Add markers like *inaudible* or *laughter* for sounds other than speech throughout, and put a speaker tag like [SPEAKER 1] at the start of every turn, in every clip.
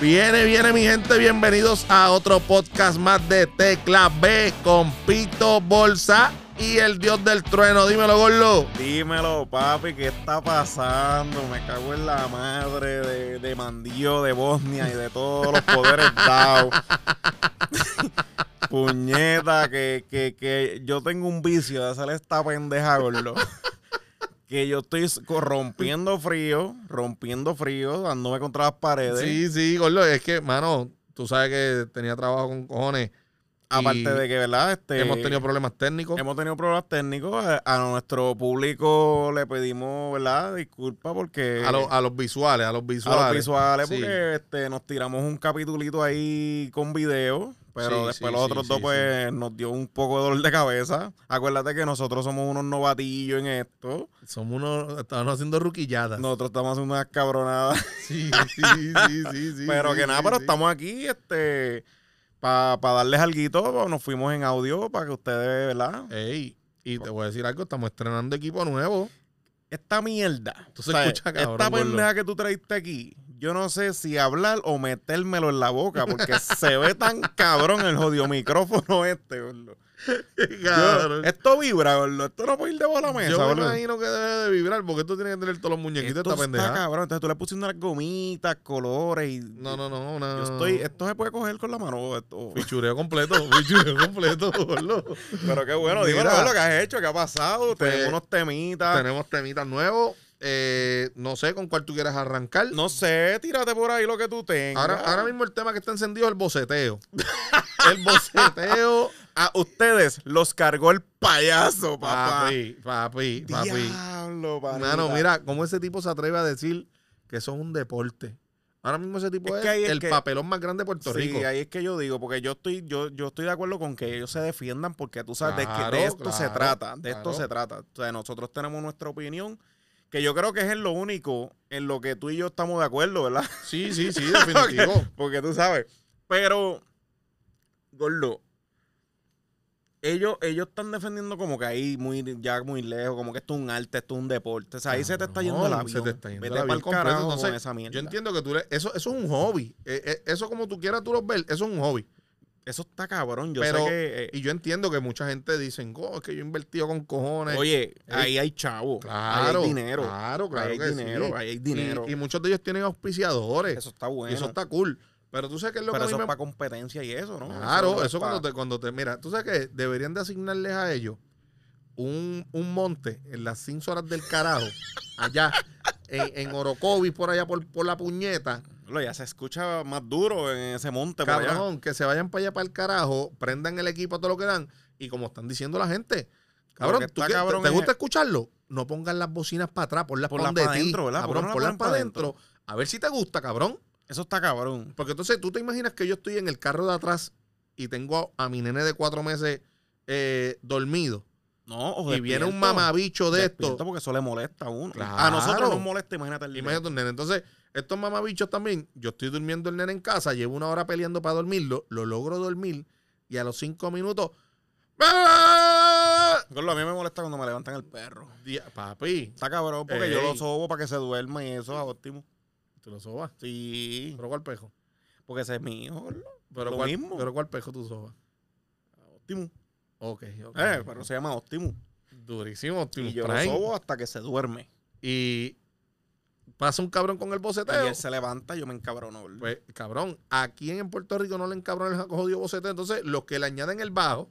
[SPEAKER 1] Viene, viene mi gente, bienvenidos a otro podcast más de Tecla B con Pito Bolsa y el dios del trueno. Dímelo, Gorlo.
[SPEAKER 2] Dímelo, papi, ¿qué está pasando? Me cago en la madre de, de Mandillo, de Bosnia y de todos los
[SPEAKER 1] *laughs*
[SPEAKER 2] poderes dados. Puñeta, que, que, que yo tengo un vicio de hacer esta pendeja, Gorlo. que yo estoy rompiendo frío, rompiendo frío, dándome contra las paredes.
[SPEAKER 1] Sí, sí, Gorlo, es que, mano, tú sabes que tenía trabajo con cojones.
[SPEAKER 2] Aparte de que, ¿verdad? Este,
[SPEAKER 1] Hemos tenido problemas técnicos.
[SPEAKER 2] Hemos tenido problemas técnicos. A, a nuestro público le pedimos, ¿verdad? Disculpa porque...
[SPEAKER 1] A, lo- a los visuales, a los
[SPEAKER 2] eh, a
[SPEAKER 1] visuales.
[SPEAKER 2] los visuales,
[SPEAKER 1] Sí.
[SPEAKER 2] porque este, nos tiramos un capitulito ahí con video, pero
[SPEAKER 1] Sí,
[SPEAKER 2] después
[SPEAKER 1] sí,
[SPEAKER 2] los
[SPEAKER 1] sí,
[SPEAKER 2] otros
[SPEAKER 1] sí,
[SPEAKER 2] dos
[SPEAKER 1] sí.
[SPEAKER 2] pues nos dio un poco de dolor de cabeza. Acuérdate que nosotros somos unos novatillos en esto.
[SPEAKER 1] Somos unos, estábamos haciendo ruquilladas.
[SPEAKER 2] Nosotros estamos haciendo unas cabronadas.
[SPEAKER 1] Sí, sí,
[SPEAKER 2] *laughs*
[SPEAKER 1] sí, sí, sí.
[SPEAKER 2] pero
[SPEAKER 1] sí,
[SPEAKER 2] que nada,
[SPEAKER 1] sí,
[SPEAKER 2] pero
[SPEAKER 1] sí.
[SPEAKER 2] estamos aquí este para darles alguito. pues, nos fuimos en audio para que ustedes, ¿verdad?
[SPEAKER 1] Ey, y te voy a decir algo, estamos estrenando equipo nuevo.
[SPEAKER 2] Esta mierda.
[SPEAKER 1] Tú se
[SPEAKER 2] o sea,
[SPEAKER 1] escucha, cabrón,
[SPEAKER 2] Esta
[SPEAKER 1] gordo.
[SPEAKER 2] pendeja que tú traiste aquí. Yo no sé si hablar o metérmelo en la boca porque se
[SPEAKER 1] *laughs*
[SPEAKER 2] ve tan cabrón el jodido micrófono este, gordo. Yo-
[SPEAKER 1] Cabrón.
[SPEAKER 2] esto vibra, gordo. Esto no puede ir debajo de la mesa,
[SPEAKER 1] Yo me
[SPEAKER 2] gordo.
[SPEAKER 1] imagino que debe de vibrar porque esto tiene que tener todos los muñequitos
[SPEAKER 2] Esto
[SPEAKER 1] esta
[SPEAKER 2] está
[SPEAKER 1] pendeja.
[SPEAKER 2] cabrón. Entonces tú le pusiste unas gomitas, colores y...
[SPEAKER 1] No, no, no, no.
[SPEAKER 2] Yo estoy...
[SPEAKER 1] *laughs*
[SPEAKER 2] Esto se puede coger con la mano. Oh, esto-
[SPEAKER 1] Fichureo completo, fichureo completo, *laughs* boludo.
[SPEAKER 2] Pero qué bueno.
[SPEAKER 1] Mira.
[SPEAKER 2] Dímelo, lo que has hecho, qué ha pasado.
[SPEAKER 1] Pues,
[SPEAKER 2] Tenemos unos temitas.
[SPEAKER 1] Tenemos temitas nuevos. eh, no sé con cuál tú quieras arrancar.
[SPEAKER 2] No sé, tírate por ahí lo que tú tengas.
[SPEAKER 1] ahora, ahora mismo el tema que está encendido es el *laughs* boceteo. el *laughs* boceteo.
[SPEAKER 2] A ustedes los cargó el payaso, papá.
[SPEAKER 1] papi, papi, papi.
[SPEAKER 2] Diablo, panita.
[SPEAKER 1] Mano, mira, cómo ese tipo se atreve a decir que eso es un deporte. Ahora mismo ese tipo
[SPEAKER 2] Es
[SPEAKER 1] es,
[SPEAKER 2] que ahí es
[SPEAKER 1] el
[SPEAKER 2] que-
[SPEAKER 1] papelón más grande de Puerto
[SPEAKER 2] Sí,
[SPEAKER 1] Rico.
[SPEAKER 2] ahí es que yo digo, porque yo estoy, yo, yo estoy de acuerdo con que ellos se defiendan, porque tú sabes, de que- de,
[SPEAKER 1] Claro,
[SPEAKER 2] esto se
[SPEAKER 1] claro,
[SPEAKER 2] trata, de esto
[SPEAKER 1] claro.
[SPEAKER 2] se trata. O sea, nosotros tenemos nuestra opinión, que yo creo que es en lo único en lo que tú y yo estamos de acuerdo, ¿verdad? *laughs*
[SPEAKER 1] Sí, sí, sí, *laughs* definitivo.
[SPEAKER 2] Porque tú sabes. Pero, Gordo, ellos, ellos están defendiendo como que ahí muy, ya muy lejos, como que esto es un arte, esto es un deporte. O sea, ahí se te está yendo
[SPEAKER 1] Cabrón,
[SPEAKER 2] la vida.
[SPEAKER 1] se te está yendo el
[SPEAKER 2] Vete
[SPEAKER 1] avión
[SPEAKER 2] pa'l
[SPEAKER 1] completo,
[SPEAKER 2] carajo
[SPEAKER 1] entonces,
[SPEAKER 2] con esa mierda.
[SPEAKER 1] Yo entiendo que tú le, eso, eso es un hobby. Eh, eh, eso como tú quieras tú lo ves, eso es un hobby.
[SPEAKER 2] Eso está cabrón. Yo
[SPEAKER 1] Pero-
[SPEAKER 2] sé que. eh,
[SPEAKER 1] Y yo entiendo que mucha gente dicen, oh, es que yo he invertido con cojones.
[SPEAKER 2] oye, ahí hay chavo.
[SPEAKER 1] claro,
[SPEAKER 2] ahí hay dinero.
[SPEAKER 1] Claro, claro
[SPEAKER 2] ahí
[SPEAKER 1] que
[SPEAKER 2] hay dinero.
[SPEAKER 1] sí.
[SPEAKER 2] Ahí hay dinero.
[SPEAKER 1] Y, y muchos de ellos tienen auspiciadores.
[SPEAKER 2] eso está
[SPEAKER 1] Y
[SPEAKER 2] bueno.
[SPEAKER 1] eso está cool. Pero tú sabes que es lo
[SPEAKER 2] pero
[SPEAKER 1] que
[SPEAKER 2] eso
[SPEAKER 1] a
[SPEAKER 2] es
[SPEAKER 1] mí me...
[SPEAKER 2] para competencia y eso, ¿no?
[SPEAKER 1] Claro, eso
[SPEAKER 2] para-
[SPEAKER 1] cuando te, cuando te... Mira, tú sabes que deberían de asignarles a ellos un, un monte en las cínsoras del carajo, allá, en, en Orocovis, por allá, por, por la puñeta.
[SPEAKER 2] Gordo, Ya se escucha más duro en ese monte. por allá.
[SPEAKER 1] cabrón, que se vayan para allá para el carajo, prendan el equipo a todo lo que dan. Y como están diciendo la gente, cabrón,
[SPEAKER 2] que
[SPEAKER 1] ¿tú
[SPEAKER 2] está
[SPEAKER 1] qué- te-
[SPEAKER 2] cabrón
[SPEAKER 1] ¿te
[SPEAKER 2] es-
[SPEAKER 1] gusta escucharlo? No pongan las bocinas para atrás, ponlas
[SPEAKER 2] Ponlas
[SPEAKER 1] para donde
[SPEAKER 2] pa'
[SPEAKER 1] ti,
[SPEAKER 2] adentro, ¿verdad?
[SPEAKER 1] Cabrón,
[SPEAKER 2] Ponlas
[SPEAKER 1] ponlas para
[SPEAKER 2] pa'
[SPEAKER 1] adentro. A ver si te gusta, cabrón.
[SPEAKER 2] Eso está cabrón.
[SPEAKER 1] Porque entonces tú te imaginas que yo estoy en el carro de atrás y tengo a, a mi nene de cuatro meses eh, dormido.
[SPEAKER 2] No, o
[SPEAKER 1] Y viene un
[SPEAKER 2] despierto.
[SPEAKER 1] mamabicho de
[SPEAKER 2] Despierto
[SPEAKER 1] esto.
[SPEAKER 2] porque eso le molesta a uno.
[SPEAKER 1] Claro.
[SPEAKER 2] A nosotros nos molesta, imagínate el dinero.
[SPEAKER 1] Imagínate un nene. Entonces, estos mamabichos también, yo estoy durmiendo el nene en casa, llevo una hora peleando para dormirlo, lo logro dormir y a los cinco minutos. ¡Ah!
[SPEAKER 2] Gordo, a mí me molesta cuando me levantan el perro.
[SPEAKER 1] Di- Papi,
[SPEAKER 2] Está cabrón porque yo
[SPEAKER 1] Ey.
[SPEAKER 2] lo sobo para que se duerma y eso es óptimo.
[SPEAKER 1] tú lo sobas.
[SPEAKER 2] Sí,
[SPEAKER 1] Pero cuál pejo.
[SPEAKER 2] porque ese es mío, gordo.
[SPEAKER 1] Pero
[SPEAKER 2] Lo
[SPEAKER 1] cuál,
[SPEAKER 2] mismo.
[SPEAKER 1] Pero cuál pejo tú sobas.
[SPEAKER 2] Optimus.
[SPEAKER 1] Ok, ok.
[SPEAKER 2] Eh, pero se llama Optimus.
[SPEAKER 1] Durísimo, Optimus
[SPEAKER 2] Y yo lo
[SPEAKER 1] Prime.
[SPEAKER 2] sobo hasta que se duerme.
[SPEAKER 1] Y pasa un cabrón con el
[SPEAKER 2] Y
[SPEAKER 1] boceteo.
[SPEAKER 2] él se levanta y yo me encabrono, gordo.
[SPEAKER 1] Pues, cabrón, aquí en Puerto Rico no le encabronan el jodido boceteo. Entonces, los que le añaden el bajo.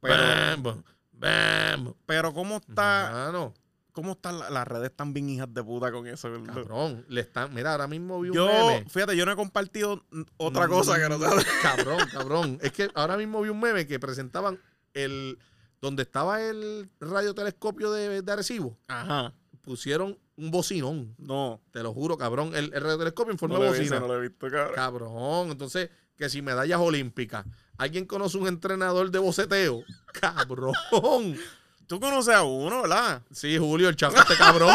[SPEAKER 1] pues,
[SPEAKER 2] Pero,
[SPEAKER 1] bam, bam,
[SPEAKER 2] pero ¿cómo está,
[SPEAKER 1] Mano,
[SPEAKER 2] cómo están la- las redes tan bien hijas de puta con eso, gordo?
[SPEAKER 1] Cabrón, le están. Mira, ahora mismo vi un
[SPEAKER 2] Yo,
[SPEAKER 1] meme.
[SPEAKER 2] fíjate, yo no he compartido mm, otra
[SPEAKER 1] Mm,
[SPEAKER 2] cosa que no sea
[SPEAKER 1] Cabrón, cabrón. *laughs* Es que ahora mismo vi un meme que presentaban el. Donde estaba el radiotelescopio de, de Arecibo,
[SPEAKER 2] Ajá.
[SPEAKER 1] pusieron un bocinón.
[SPEAKER 2] No.
[SPEAKER 1] Te lo juro, cabrón. El, el radiotelescopio en forma
[SPEAKER 2] No lo
[SPEAKER 1] de
[SPEAKER 2] he visto,
[SPEAKER 1] bocina.
[SPEAKER 2] no lo he visto, cabrón.
[SPEAKER 1] Cabrón. Entonces, que si medallas olímpicas. ¿Alguien conoce un entrenador de boceteo? *laughs* Cabrón.
[SPEAKER 2] Tú conoces a uno, ¿verdad?
[SPEAKER 1] Sí, Julio, el chaval este
[SPEAKER 2] *laughs*
[SPEAKER 1] cabrón.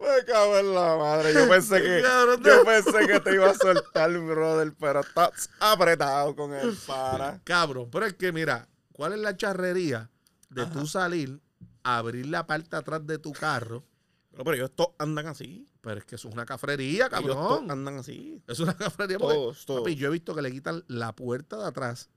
[SPEAKER 2] Me cago en la madre. Yo pensé *laughs* que,
[SPEAKER 1] Cabrón,
[SPEAKER 2] yo pensé que te iba a soltar, brother, pero estás apretado con el para.
[SPEAKER 1] Cabrón, pero es que mira, ¿cuál es la charrería de
[SPEAKER 2] Ajá.
[SPEAKER 1] tú salir, abrir la parte atrás de tu carro,
[SPEAKER 2] Pero, pero ellos todos andan así.
[SPEAKER 1] Pero es que eso es una cafrería,
[SPEAKER 2] Ellos todos
[SPEAKER 1] cabrón.
[SPEAKER 2] andan así.
[SPEAKER 1] Es una *laughs* cafrería porque
[SPEAKER 2] Todos, todos.
[SPEAKER 1] Papi, yo he visto que le quitan la puerta de atrás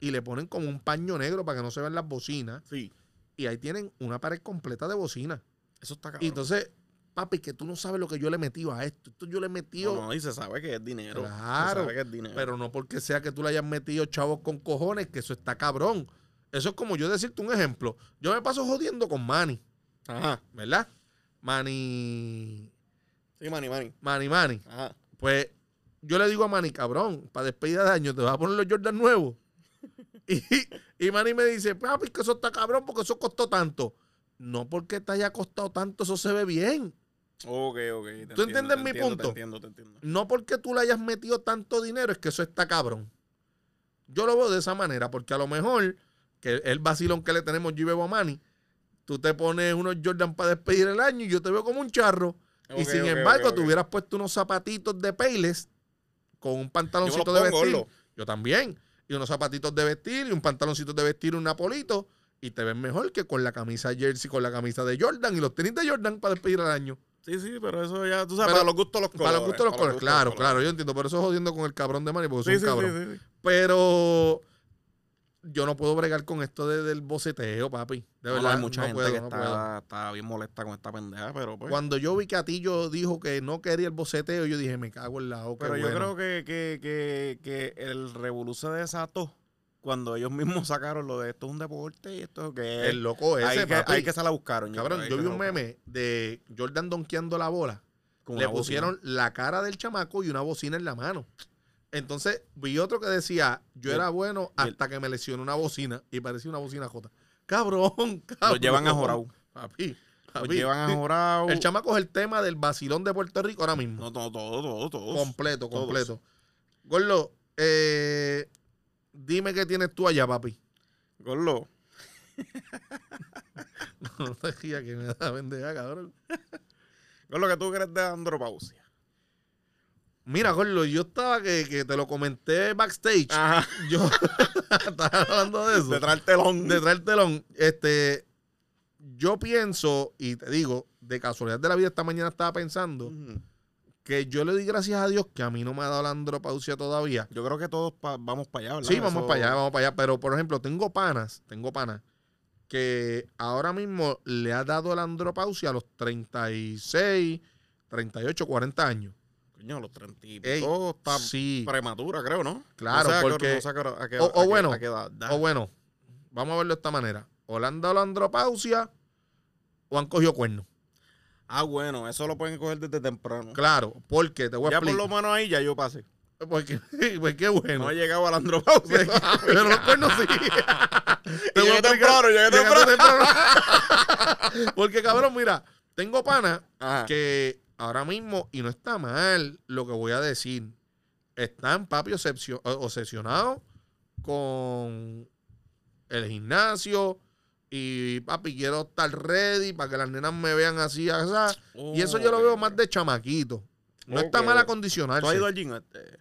[SPEAKER 1] y le ponen como un paño negro para que no se vean las bocinas.
[SPEAKER 2] Sí.
[SPEAKER 1] Y ahí tienen una pared completa de bocinas.
[SPEAKER 2] Eso está
[SPEAKER 1] Y
[SPEAKER 2] cabrón.
[SPEAKER 1] entonces, papi, que tú no sabes lo que yo le he metido a esto. Esto yo le he metido,
[SPEAKER 2] No, no, y se sabe que es dinero.
[SPEAKER 1] Claro,
[SPEAKER 2] Se sabe que es dinero.
[SPEAKER 1] pero no porque sea que tú le hayas metido chavos con cojones, que eso está cabrón. Eso es como yo decirte un ejemplo. Yo me paso jodiendo con Manny,
[SPEAKER 2] Ajá.
[SPEAKER 1] ¿verdad? Manny,
[SPEAKER 2] Sí, mani, mani.
[SPEAKER 1] Manny, Manny.
[SPEAKER 2] Ajá.
[SPEAKER 1] Pues yo le digo a Manny, cabrón, para despedida de año, te vas a poner los Jordan nuevos. *laughs* Y, y Manny me dice, papi, que eso está cabrón porque eso costó tanto. No porque te haya costado tanto, eso se ve bien.
[SPEAKER 2] Ok, ok. te
[SPEAKER 1] ¿Tú
[SPEAKER 2] entiendo,
[SPEAKER 1] entiendes
[SPEAKER 2] te
[SPEAKER 1] mi
[SPEAKER 2] entiendo,
[SPEAKER 1] punto?
[SPEAKER 2] Te entiendo, te entiendo.
[SPEAKER 1] No porque tú le hayas metido tanto dinero, es que eso está cabrón. Yo lo veo de esa manera, porque a lo mejor, que el vacilón que le tenemos yo y Bebo a Manny, tú te pones unos Jordan para despedir el año y yo te veo como un charro. y
[SPEAKER 2] Ok,
[SPEAKER 1] sin
[SPEAKER 2] ok,
[SPEAKER 1] embargo,
[SPEAKER 2] ok, ok.
[SPEAKER 1] te hubieras puesto unos zapatitos de Payless con un pantaloncito
[SPEAKER 2] Yo me
[SPEAKER 1] de
[SPEAKER 2] los
[SPEAKER 1] vestir.
[SPEAKER 2] pongo, gordo.
[SPEAKER 1] Yo también. Y unos zapatitos de vestir y un pantaloncito de vestir, un napolito. Y te ves mejor que con la camisa jersey, con la camisa de Jordan y los tenis de Jordan para despedir el año.
[SPEAKER 2] Sí, sí, pero eso ya, tú sabes,
[SPEAKER 1] Pero-
[SPEAKER 2] para los gustos los colores.
[SPEAKER 1] para los gustos los colores. Claro,
[SPEAKER 2] colores.
[SPEAKER 1] claro, yo entiendo. Por eso jodiendo con el cabrón de Manny, porque soy
[SPEAKER 2] Sí, sí,
[SPEAKER 1] un cabrón.
[SPEAKER 2] sí, sí, sí.
[SPEAKER 1] Pero yo no puedo bregar con esto de- del boceteo, papi. De
[SPEAKER 2] No, no,
[SPEAKER 1] verdad,
[SPEAKER 2] hay mucha
[SPEAKER 1] no
[SPEAKER 2] gente
[SPEAKER 1] puedo,
[SPEAKER 2] que
[SPEAKER 1] no puedo.
[SPEAKER 2] está, está bien molesta con esta pendeja, pero pues.
[SPEAKER 1] Cuando yo vi que Atillo dijo que no quería el boceteo, yo dije, me cago en la boca.
[SPEAKER 2] Pero yo creo que, que, que, que el revolú se desató cuando ellos mismos sacaron lo de esto es un deporte y esto que es.
[SPEAKER 1] El loco ese,
[SPEAKER 2] Eh, Hay que,
[SPEAKER 1] papi.
[SPEAKER 2] hay que se la buscaron.
[SPEAKER 1] Cabrón,
[SPEAKER 2] creo,
[SPEAKER 1] yo
[SPEAKER 2] hay
[SPEAKER 1] vi
[SPEAKER 2] que
[SPEAKER 1] un
[SPEAKER 2] se la buscaron.
[SPEAKER 1] meme de Jordan donkeando la bola.
[SPEAKER 2] Con
[SPEAKER 1] Le
[SPEAKER 2] una bocina.
[SPEAKER 1] pusieron la cara del chamaco y una bocina en la mano. Entonces vi otro que decía, yo
[SPEAKER 2] Y el-
[SPEAKER 1] era bueno
[SPEAKER 2] y el-
[SPEAKER 1] hasta que me lesionó una bocina y parecía una bocina jota. Cabrón, *laughs* cabrón.
[SPEAKER 2] Los llevan a Jorau.
[SPEAKER 1] Papi,
[SPEAKER 2] Los
[SPEAKER 1] papi.
[SPEAKER 2] llevan a Jorau.
[SPEAKER 1] Ah, El chamaco es el tema del vacilón de Puerto Rico ahora mismo.
[SPEAKER 2] No, no, todo, todo, todo.
[SPEAKER 1] completo,
[SPEAKER 2] todos.
[SPEAKER 1] completo. Gorlo, eh, dime qué tienes tú allá, papi. *laughs*
[SPEAKER 2] Gorlo.
[SPEAKER 1] no te rías que me da bendeja, cabrón.
[SPEAKER 2] Gorlo, que tú crees de andropausia?
[SPEAKER 1] Mira, Gorlo, yo estaba que, que te lo comenté backstage.
[SPEAKER 2] Ajá.
[SPEAKER 1] Yo *laughs* estaba hablando de eso.
[SPEAKER 2] Ah. *laughs* Detrás del telón.
[SPEAKER 1] Detrás del telón, este, yo pienso, y te digo, de casualidad de la vida, esta mañana estaba pensando
[SPEAKER 2] Ujú.
[SPEAKER 1] que yo le doy gracias a Dios que a mí no me ha dado la andropausia todavía.
[SPEAKER 2] Yo creo que todos pa- vamos para allá, ¿verdad?
[SPEAKER 1] Sí, vamos
[SPEAKER 2] Eso-
[SPEAKER 1] para allá, vamos para allá. Pero, por ejemplo, tengo panas, tengo panas que ahora mismo le ha dado la andropausia a los 36, 38, 40 años.
[SPEAKER 2] Coño, a los 30 y
[SPEAKER 1] Ey,
[SPEAKER 2] pico está
[SPEAKER 1] sí.
[SPEAKER 2] prematura, creo, ¿no?
[SPEAKER 1] Claro,
[SPEAKER 2] No sé a qué hora-
[SPEAKER 1] porque-
[SPEAKER 2] no sé a qué hora- a qué-
[SPEAKER 1] o-
[SPEAKER 2] a
[SPEAKER 1] o
[SPEAKER 2] qué-
[SPEAKER 1] bueno,
[SPEAKER 2] a qué edad da.
[SPEAKER 1] O bueno, vamos a verlo de esta manera. O le han dado la andropausia o han cogido cuernos.
[SPEAKER 2] Ah, bueno, eso lo pueden coger desde temprano.
[SPEAKER 1] Claro, porque te voy a
[SPEAKER 2] ya por lo
[SPEAKER 1] explicar.
[SPEAKER 2] menos ahí ya yo pasé.
[SPEAKER 1] *laughs* Porque, pues qué bueno.
[SPEAKER 2] No he llegado al andropausia.
[SPEAKER 1] *laughs* Pero los cuernos
[SPEAKER 2] *laughs*
[SPEAKER 1] sí.
[SPEAKER 2] Te
[SPEAKER 1] voy a
[SPEAKER 2] llegué
[SPEAKER 1] explicar.
[SPEAKER 2] temprano, llegué
[SPEAKER 1] Llegaste
[SPEAKER 2] temprano.
[SPEAKER 1] temprano. *laughs* Porque, cabrón, mira, tengo panas
[SPEAKER 2] Ajá.
[SPEAKER 1] que ahora mismo, y no está mal lo que voy a decir, están, papi, obsesio- obsesionados con el gimnasio y, papi, quiero estar ready para que las nenas me vean así, asá. Y eso yo lo veo más de chamaquito. No está mal
[SPEAKER 2] Ok. ¿Tú has ido
[SPEAKER 1] acondicionarse.
[SPEAKER 2] al gym? Este?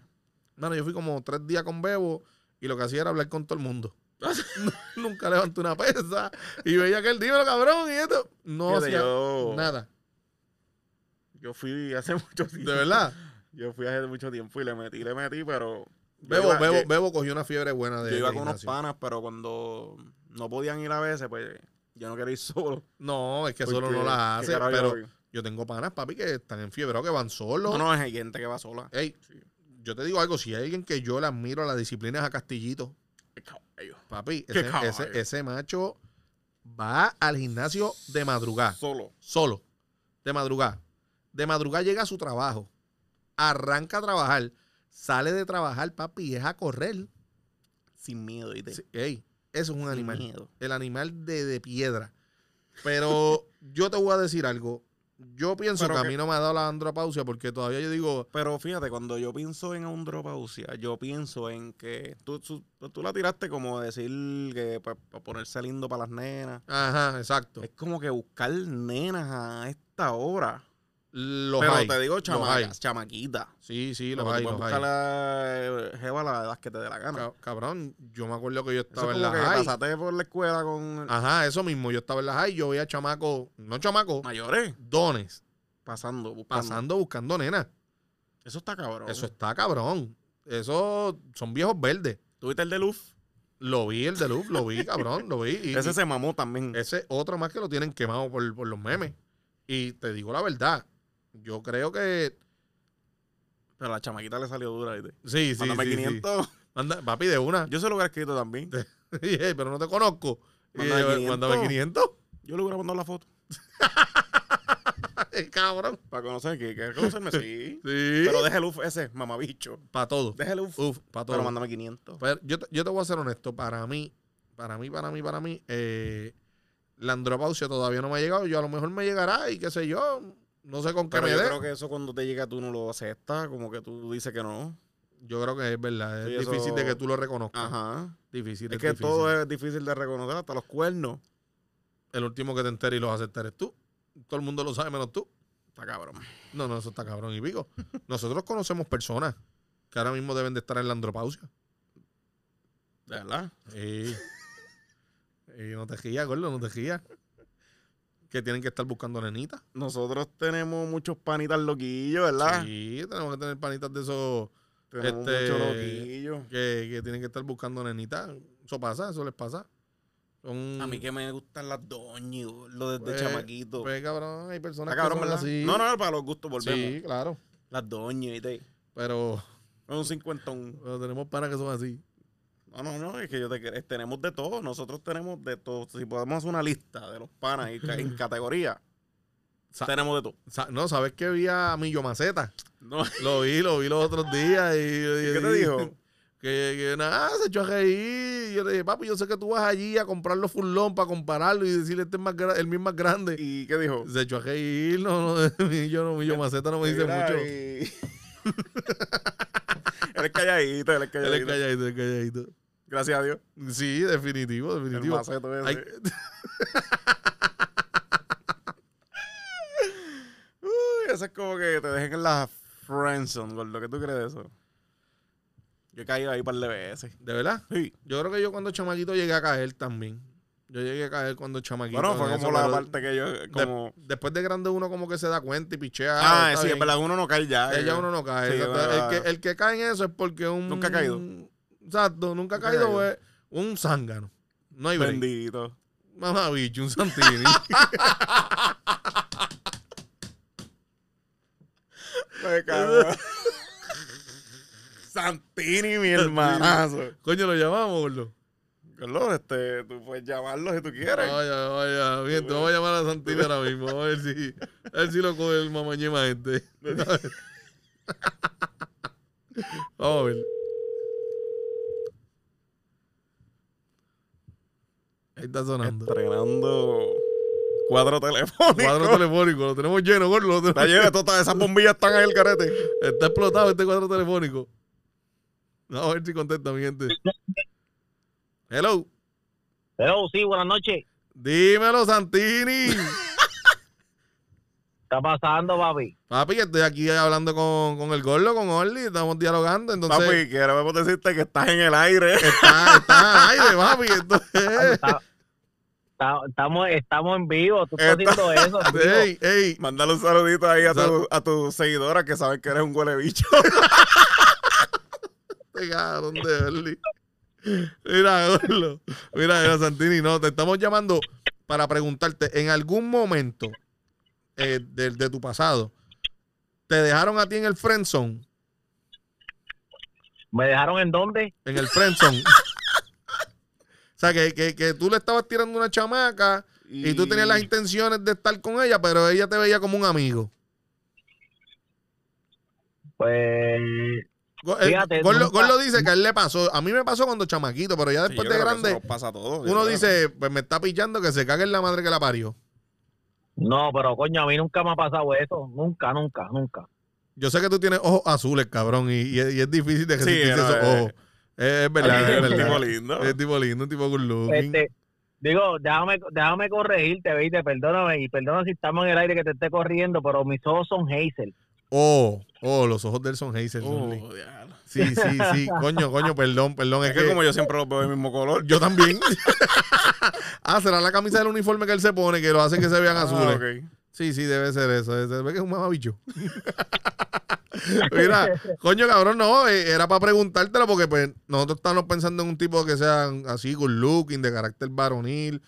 [SPEAKER 1] Mano, yo fui como tres días con Bebo y lo que hacía era hablar con todo el
[SPEAKER 2] *laughs*
[SPEAKER 1] mundo. *laughs* Nunca levanté una pesa y veía que el dímelo, cabrón, y esto. No
[SPEAKER 2] Fíjate,
[SPEAKER 1] hacía
[SPEAKER 2] yo,
[SPEAKER 1] nada.
[SPEAKER 2] yo fui hace *laughs* mucho tiempo.
[SPEAKER 1] De verdad.
[SPEAKER 2] Yo fui hace mucho tiempo y le metí, le metí, pero... yo
[SPEAKER 1] Bebo,
[SPEAKER 2] iba- eh,
[SPEAKER 1] Bebo,
[SPEAKER 2] yo-
[SPEAKER 1] Bebo cogió una fiebre buena de
[SPEAKER 2] Yo iba
[SPEAKER 1] de
[SPEAKER 2] con unos
[SPEAKER 1] gimnasio.
[SPEAKER 2] panas, pero cuando no podían ir a veces, pues yo no quería ir *laughs* solo.
[SPEAKER 1] No, es Pues que solo
[SPEAKER 2] porque-
[SPEAKER 1] no la hace.
[SPEAKER 2] ¿qué carajo yo
[SPEAKER 1] Pero
[SPEAKER 2] voy?
[SPEAKER 1] yo tengo panas, papi, que están enfiebrados, que van solos.
[SPEAKER 2] No, no, es gente que va sola.
[SPEAKER 1] Ey,
[SPEAKER 2] Sí.
[SPEAKER 1] yo te digo algo, si hay alguien que yo le admiro la disciplina es a Castillito.
[SPEAKER 2] Qué caballo.
[SPEAKER 1] Papi,
[SPEAKER 2] Qué
[SPEAKER 1] ese,
[SPEAKER 2] caballo.
[SPEAKER 1] ese- ese macho va al gimnasio de madrugada,
[SPEAKER 2] Solo.
[SPEAKER 1] solo, de madrugada. De madrugada llega a su trabajo, arranca a trabajar, sale de trabajar, papi, y es a correr.
[SPEAKER 2] Sin miedo, ¿viste?
[SPEAKER 1] Sí, Ey, eso es un
[SPEAKER 2] Sin
[SPEAKER 1] animal.
[SPEAKER 2] miedo.
[SPEAKER 1] el animal de, de piedra. Pero
[SPEAKER 2] *laughs*
[SPEAKER 1] yo te voy a decir algo. Yo pienso
[SPEAKER 2] Pero
[SPEAKER 1] que,
[SPEAKER 2] que-
[SPEAKER 1] a mí no me ha dado la andropausia porque todavía yo digo,
[SPEAKER 2] Pero fíjate, cuando yo pienso en andropausia, yo pienso en que tú, tú, pues, tú la tiraste como decir que para ponerse lindo para las nenas.
[SPEAKER 1] ajá, exacto.
[SPEAKER 2] Es como que buscar nenas a esta hora.
[SPEAKER 1] Los
[SPEAKER 2] Pero
[SPEAKER 1] hay,
[SPEAKER 2] te digo
[SPEAKER 1] los hay.
[SPEAKER 2] chamacas, chamaquita.
[SPEAKER 1] Sí, sí,
[SPEAKER 2] Pero
[SPEAKER 1] los
[SPEAKER 2] tú
[SPEAKER 1] hay,
[SPEAKER 2] puedes
[SPEAKER 1] los hay.
[SPEAKER 2] buscar la jeva a la edad que te dé la gana.
[SPEAKER 1] Ca- Cabrón, yo me acuerdo que yo
[SPEAKER 2] Eso es
[SPEAKER 1] estaba en la
[SPEAKER 2] como que
[SPEAKER 1] high.
[SPEAKER 2] pasaste por la escuela con
[SPEAKER 1] Ajá, eso mismo. Yo estaba en la high, yo veía chamacos, no chamacos,
[SPEAKER 2] mayores
[SPEAKER 1] dones,
[SPEAKER 2] pasando, buscando.
[SPEAKER 1] pasando buscando nenas.
[SPEAKER 2] Eso está cabrón.
[SPEAKER 1] Eso está cabrón. Eso son viejos verdes.
[SPEAKER 2] ¿Tuviste el de Luz?
[SPEAKER 1] Lo vi, el de luz, lo vi, cabrón, lo vi. y-
[SPEAKER 2] *laughs* Ese
[SPEAKER 1] y-
[SPEAKER 2] se mamó también.
[SPEAKER 1] Ese otro más que lo tienen quemado por, por los memes. Y te digo la verdad, yo creo que.
[SPEAKER 2] Pero a la chamaquita le salió dura, ¿viste?
[SPEAKER 1] Sí, sí,
[SPEAKER 2] Mándame
[SPEAKER 1] sí, sí.
[SPEAKER 2] 500.
[SPEAKER 1] Manda- papi, de una.
[SPEAKER 2] *laughs* Yo se lo hubiera escrito también.
[SPEAKER 1] *laughs* Y, "Hey, pero no te conozco. Y
[SPEAKER 2] Mándame
[SPEAKER 1] yo,
[SPEAKER 2] 500.
[SPEAKER 1] Mándame 500.
[SPEAKER 2] Yo le hubiera mandado la foto.
[SPEAKER 1] *laughs* Ay, Cabrón.
[SPEAKER 2] Para conocer que, que conocerme, sí.
[SPEAKER 1] *laughs* Sí.
[SPEAKER 2] Pero deja el UF ese, mamabicho.
[SPEAKER 1] para todo.
[SPEAKER 2] Deja el UF.
[SPEAKER 1] Uf, para
[SPEAKER 2] Pero
[SPEAKER 1] todo.
[SPEAKER 2] mándame 500.
[SPEAKER 1] Pero yo, te, yo te voy a ser honesto. Para mí, para mí, para mí, para mí, eh, la andropausia todavía no me ha llegado. Yo a lo mejor me llegará y qué sé yo. No sé con qué
[SPEAKER 2] Pero
[SPEAKER 1] me
[SPEAKER 2] yo
[SPEAKER 1] dé.
[SPEAKER 2] creo que eso cuando te llega tú no lo aceptas, como que tú dices que no.
[SPEAKER 1] Yo creo que es verdad. Es
[SPEAKER 2] Sí, eso-
[SPEAKER 1] difícil de que tú lo reconozcas.
[SPEAKER 2] Ajá.
[SPEAKER 1] Difícil.
[SPEAKER 2] Es que
[SPEAKER 1] difícil.
[SPEAKER 2] todo es difícil de reconocer, hasta los cuernos.
[SPEAKER 1] el último que te entere y los aceptar es tú. Todo el mundo lo sabe menos tú.
[SPEAKER 2] Está cabrón.
[SPEAKER 1] No, no, eso está cabrón y
[SPEAKER 2] *laughs*
[SPEAKER 1] pico. Nosotros conocemos personas que ahora mismo deben de estar en la andropausia.
[SPEAKER 2] De verdad.
[SPEAKER 1] Y, no te rías, gordo, no te rías. Que tienen que estar buscando nenitas.
[SPEAKER 2] Nosotros tenemos muchos panitas loquillos, ¿verdad?
[SPEAKER 1] Sí, tenemos que tener panitas de esos
[SPEAKER 2] Tenemos
[SPEAKER 1] Este-
[SPEAKER 2] muchos loquillos.
[SPEAKER 1] que, que tienen que estar buscando nenitas. Eso pasa, eso les pasa. Son-
[SPEAKER 2] A mí que me gustan las doñas, lo desde
[SPEAKER 1] Pues,
[SPEAKER 2] chamaquito.
[SPEAKER 1] Pues, cabrón, hay personas
[SPEAKER 2] Está cabrón,
[SPEAKER 1] que son
[SPEAKER 2] ¿verdad?
[SPEAKER 1] así.
[SPEAKER 2] No, no, para los gustos volvemos.
[SPEAKER 1] Sí, claro.
[SPEAKER 2] Las doñas, ¿viste?
[SPEAKER 1] Pero,
[SPEAKER 2] Un cincuentón.
[SPEAKER 1] pero tenemos panas que son así.
[SPEAKER 2] No, no, no, es que yo te quiero- tenemos de todo. Nosotros tenemos de todo. Si podemos hacer una lista de los panas y ca- *laughs* en categoría,
[SPEAKER 1] Sa-
[SPEAKER 2] tenemos de todo.
[SPEAKER 1] Sa- no, ¿sabes que vi a Millo Maceta?
[SPEAKER 2] No, *laughs*
[SPEAKER 1] Lo vi, lo vi los otros días. Y,
[SPEAKER 2] ¿Y qué te dijo?
[SPEAKER 1] Que, que nada, se echó a reír. Y yo le dije, papi, yo sé que tú vas allí a comprar los furlón para compararlo y decirle, este es más gra- el mío es más grande.
[SPEAKER 2] ¿Y qué dijo?
[SPEAKER 1] Se echó a reír. No, no, Millo, no, Millo Maceta no me dice
[SPEAKER 2] Mira,
[SPEAKER 1] mucho.
[SPEAKER 2] y- *laughs* él es calladito, él es
[SPEAKER 1] Él es
[SPEAKER 2] calladito.
[SPEAKER 1] calladito, él es calladito.
[SPEAKER 2] Gracias a Dios.
[SPEAKER 1] Sí, definitivo,
[SPEAKER 2] El
[SPEAKER 1] definitivo.
[SPEAKER 2] maceto ese.
[SPEAKER 1] Hay-
[SPEAKER 2] Uy, eso es como que te dejen en la friendzone, gordo. ¿Qué tú crees de eso? Yo he caído ahí un par de veces.
[SPEAKER 1] ¿De verdad?
[SPEAKER 2] Sí.
[SPEAKER 1] Yo creo que yo cuando chamaquito llegué a caer también. Yo llegué a caer cuando chamaquito.
[SPEAKER 2] Bueno, fue
[SPEAKER 1] en
[SPEAKER 2] como
[SPEAKER 1] eso,
[SPEAKER 2] la
[SPEAKER 1] pero
[SPEAKER 2] parte que yo, como...
[SPEAKER 1] Después de grande uno como que se da cuenta y pichea.
[SPEAKER 2] Ah,
[SPEAKER 1] está
[SPEAKER 2] sí, es
[SPEAKER 1] bien.
[SPEAKER 2] verdad, uno no cae ya.
[SPEAKER 1] Ella uno no cae.
[SPEAKER 2] Eh, Sí,
[SPEAKER 1] exacto. el,
[SPEAKER 2] va-
[SPEAKER 1] que, el que cae en eso es porque un.
[SPEAKER 2] Nunca ha caído.
[SPEAKER 1] Exacto, nunca ha
[SPEAKER 2] Nunca ha
[SPEAKER 1] caído,
[SPEAKER 2] caído.
[SPEAKER 1] es un zángano. No hay break.
[SPEAKER 2] Bendito.
[SPEAKER 1] Mamá bicho, un
[SPEAKER 2] *laughs*
[SPEAKER 1] Santini.
[SPEAKER 2] *laughs* Me cago. Santini, mi hermanazo.
[SPEAKER 1] Coño, lo llamamos, gordo.
[SPEAKER 2] Gordo, este, tú puedes llamarlo si tú quieres.
[SPEAKER 1] Vaya, vaya. Bien, te vamos a llamar a Santini ahora mismo. Vamos a ver si, a ver si lo coge el mamañema este. *laughs* vamos a ver. Ahí está sonando.
[SPEAKER 2] Estrenando cuadro telefónico.
[SPEAKER 1] Cuadro telefónico, lo tenemos lleno, gordo. lo
[SPEAKER 2] Está
[SPEAKER 1] tenemos
[SPEAKER 2] lleno, esto está- *laughs* esas bombillas están ahí el carete.
[SPEAKER 1] Está explotado este cuadro telefónico. Vamos a ver si contesta, mi gente. Hello.
[SPEAKER 3] Hello, sí, buenas noches.
[SPEAKER 1] Dímelo, Santini.
[SPEAKER 3] ¿Qué está pasando, papi?
[SPEAKER 1] Papi, que estoy aquí hablando con, con el gordo, con Orly. Estamos dialogando, entonces.
[SPEAKER 2] Papi, que ahora podemos decirte que estás en el aire. *laughs*
[SPEAKER 1] Está, está al aire, papi.
[SPEAKER 2] Eh.
[SPEAKER 3] *laughs*
[SPEAKER 1] Entonces,
[SPEAKER 3] Está- está- estamos, estamos en vivo, tú estás
[SPEAKER 2] Está-
[SPEAKER 3] haciendo eso. en vivo.
[SPEAKER 1] ey, ey.
[SPEAKER 2] Mándale un saludito ahí a
[SPEAKER 1] Sal-
[SPEAKER 2] tu, a tu seguidora que saben que eres un huele bicho.
[SPEAKER 1] Te cagaron este de Orly. Mira, gordo. Mira, mira, Santini, no, te estamos llamando para preguntarte, en algún momento eh, de, de tu pasado, ¿te dejaron a ti en el friendzone?
[SPEAKER 3] ¿Me dejaron en dónde?
[SPEAKER 1] en el friendzone. o sea, que, que, que tú le estabas tirando una chamaca *laughs* y... tú tenías las intenciones de estar con ella, pero ella te veía como un amigo.
[SPEAKER 3] Pues
[SPEAKER 1] Go- eh, el-
[SPEAKER 3] Fíjate,
[SPEAKER 1] Gorlo,
[SPEAKER 3] nunca-
[SPEAKER 1] Gorlo dice que a él le pasó. A mí me pasó cuando chamaquito, pero ya después de grande,
[SPEAKER 2] pasa a todos, yo
[SPEAKER 1] uno
[SPEAKER 2] creo.
[SPEAKER 1] dice, pues me está pillando que se cague en la madre que la parió.
[SPEAKER 3] no, pero coño, a mí nunca me ha pasado eso. Nunca, nunca, nunca.
[SPEAKER 1] Yo sé que tú tienes ojos azules, cabrón, y, y es y es difícil de
[SPEAKER 2] Sí,
[SPEAKER 1] resistirse
[SPEAKER 2] no,
[SPEAKER 1] esos
[SPEAKER 2] eh.
[SPEAKER 1] ojos. Es, es verdad,
[SPEAKER 2] Ay,
[SPEAKER 1] es
[SPEAKER 2] un tipo
[SPEAKER 1] verdad.
[SPEAKER 2] lindo.
[SPEAKER 1] Es tipo lindo, un tipo good looking.
[SPEAKER 3] Este, Digo, déjame, déjame corregirte, veinte, perdóname, y perdona si estamos en el aire que te esté corriendo, pero mis ojos son Hazel.
[SPEAKER 1] Oh, oh, los ojos de Elson Hazel. son lindos.
[SPEAKER 2] Oh, diablo.
[SPEAKER 1] Sí, sí, sí. Coño, coño, perdón, perdón.
[SPEAKER 2] es que como yo siempre los veo del mismo color.
[SPEAKER 1] Yo
[SPEAKER 2] *laughs*
[SPEAKER 1] también. ah, será la camisa del uniforme que él se pone que lo hace que se vean
[SPEAKER 2] Ah,
[SPEAKER 1] azules.
[SPEAKER 2] ok.
[SPEAKER 1] Sí, sí, debe ser eso. debe ser- ve que es un mamabicho. *laughs* Mira, coño, cabrón, no. eh, Era para preguntártelo porque pues, nosotros estábamos pensando en un tipo que sea así, good looking, de carácter varonil.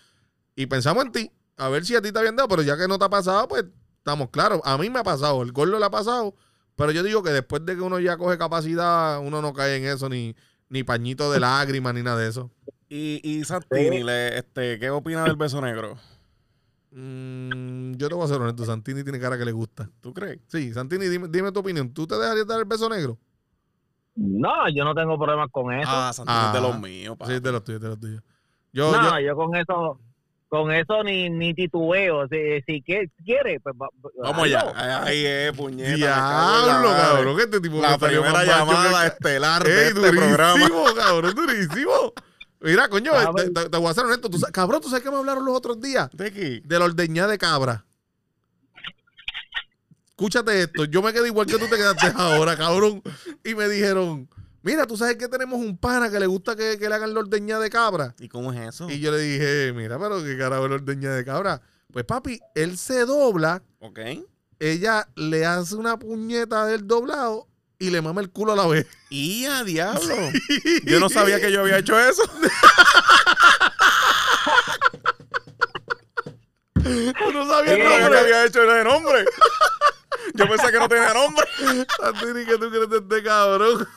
[SPEAKER 1] Y pensamos en ti. A ver si a ti te habían dado, pero ya que no te ha pasado, pues estamos claros. A mí me ha pasado, el gordo le ha pasado. Pero yo digo que después de que uno ya coge capacidad, uno no cae en eso, ni, ni pañito de lágrimas, ni nada de eso.
[SPEAKER 2] Y, y Santini, le- este, ¿qué opina del beso negro?
[SPEAKER 1] Mm, yo te voy a ser honesto, Santini tiene cara que le gusta.
[SPEAKER 2] ¿Tú crees?
[SPEAKER 1] Sí, Santini, dime, dime tu opinión. ¿Tú te dejarías dar el beso negro?
[SPEAKER 3] No, yo no tengo problemas con eso.
[SPEAKER 2] Ah, Santini es de
[SPEAKER 1] Ah.
[SPEAKER 2] los míos, papi.
[SPEAKER 1] Sí, te lo tuyo, te lo tuyo. Yo,
[SPEAKER 3] no,
[SPEAKER 1] yo-
[SPEAKER 3] yo con eso, con eso ni, ni titubeo. Si, si que- quiere, pues va-
[SPEAKER 2] Vamos
[SPEAKER 3] hazlo.
[SPEAKER 2] allá. Ahí es, puñeta. me cago en la
[SPEAKER 1] diablo,
[SPEAKER 2] madre.
[SPEAKER 1] cabrón, que este tipo
[SPEAKER 2] La
[SPEAKER 1] me salió
[SPEAKER 2] primera
[SPEAKER 1] más macho
[SPEAKER 2] llamada
[SPEAKER 1] que-
[SPEAKER 2] estelar de
[SPEAKER 1] Ey,
[SPEAKER 2] este
[SPEAKER 1] durísimo,
[SPEAKER 2] programa.
[SPEAKER 1] *laughs* cabrón, durísimo. Mira, coño, eh,
[SPEAKER 3] Cabrón.
[SPEAKER 1] te, te- te voy a ser honesto. Tú sa- cabrón, ¿tú sabes qué me hablaron los otros días?
[SPEAKER 2] ¿De qué?
[SPEAKER 1] De la ordeñada de cabra. Escúchate esto. Yo me quedé igual que tú te quedaste *laughs* ahora, cabrón. Y me dijeron, mira, ¿tú sabes que tenemos un pana que le gusta que, que le hagan la ordeñada de cabra?
[SPEAKER 2] ¿Y cómo es eso?
[SPEAKER 1] Y yo le dije, mira, pero qué carajo es la ordeñada de cabra. Pues papi, él se dobla
[SPEAKER 2] ¿Ok?
[SPEAKER 1] ella le hace una puñeta del doblado y le mama el culo a la vez.
[SPEAKER 2] ¡Y a diablo! *laughs*
[SPEAKER 1] *laughs*
[SPEAKER 2] Yo no sabía que *laughs* yo había hecho eso.
[SPEAKER 1] Yo no sabía el
[SPEAKER 2] Yo no sabía que
[SPEAKER 1] nombre.
[SPEAKER 2] había hecho ese nombre. Yo pensé que no tenía *laughs* nombre.
[SPEAKER 1] Santini, que tú crees de este
[SPEAKER 3] *laughs*
[SPEAKER 1] cabrón.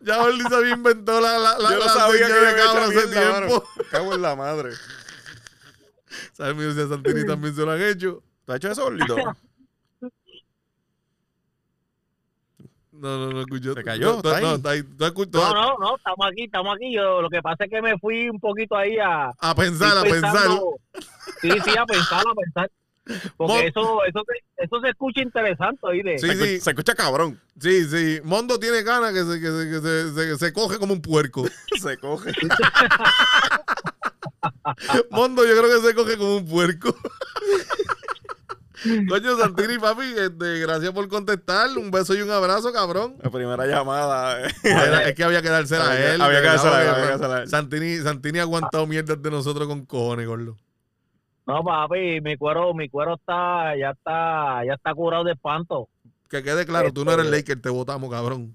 [SPEAKER 1] ya Orly se había inventado la, la, la,
[SPEAKER 2] Yo no
[SPEAKER 1] la
[SPEAKER 2] sabía que
[SPEAKER 1] señal
[SPEAKER 2] yo
[SPEAKER 1] de
[SPEAKER 2] había
[SPEAKER 1] cabra
[SPEAKER 2] hecho
[SPEAKER 1] hace
[SPEAKER 2] mierda,
[SPEAKER 1] tiempo.
[SPEAKER 2] mano. Me Cago en la madre.
[SPEAKER 1] ¿Sabes? Mi a
[SPEAKER 3] Mm.
[SPEAKER 1] Santini también se lo han hecho.
[SPEAKER 2] ¿Tú has hecho eso, Orlito?
[SPEAKER 1] No, no, no escuchó.
[SPEAKER 2] Se cayó,
[SPEAKER 1] No,
[SPEAKER 2] está
[SPEAKER 1] no,
[SPEAKER 2] ahí.
[SPEAKER 1] está ahí. Tú escuchó-
[SPEAKER 3] No, no, no, estamos aquí, estamos aquí. Yo lo que pasa es que me fui un poquito ahí a
[SPEAKER 1] A pensar, a
[SPEAKER 3] estoy
[SPEAKER 1] pensar.
[SPEAKER 3] pensando- Sí, sí, a pensar, a pensar.
[SPEAKER 1] Mon-
[SPEAKER 3] Porque eso, eso, se, eso se escucha interesante, oíste.
[SPEAKER 1] Sí,
[SPEAKER 2] se, escu-
[SPEAKER 1] sí.
[SPEAKER 2] se escucha cabrón.
[SPEAKER 1] Sí, sí. Mondo tiene ganas que se, que se, que se, se- se coge como un puerco.
[SPEAKER 2] Se coge.
[SPEAKER 1] Mondo, yo creo que se coge como un puerco. *laughs* Coño, Santini, papi, este, gracias por contestar. Un beso y un abrazo, cabrón.
[SPEAKER 2] La primera llamada. eh.
[SPEAKER 1] Era- es que había que dársela a él.
[SPEAKER 2] Había que
[SPEAKER 1] de verdad,
[SPEAKER 2] dársela a él,
[SPEAKER 1] porque pues,
[SPEAKER 2] había que dársela a él.
[SPEAKER 1] Santini, Santini ha aguantado mierdas de nosotros con cojones, gordo.
[SPEAKER 3] No, papi, mi cuero, mi cuero está, ya está, ya está curado de espanto.
[SPEAKER 1] Que quede claro, tú no eres Laker, te votamos, cabrón.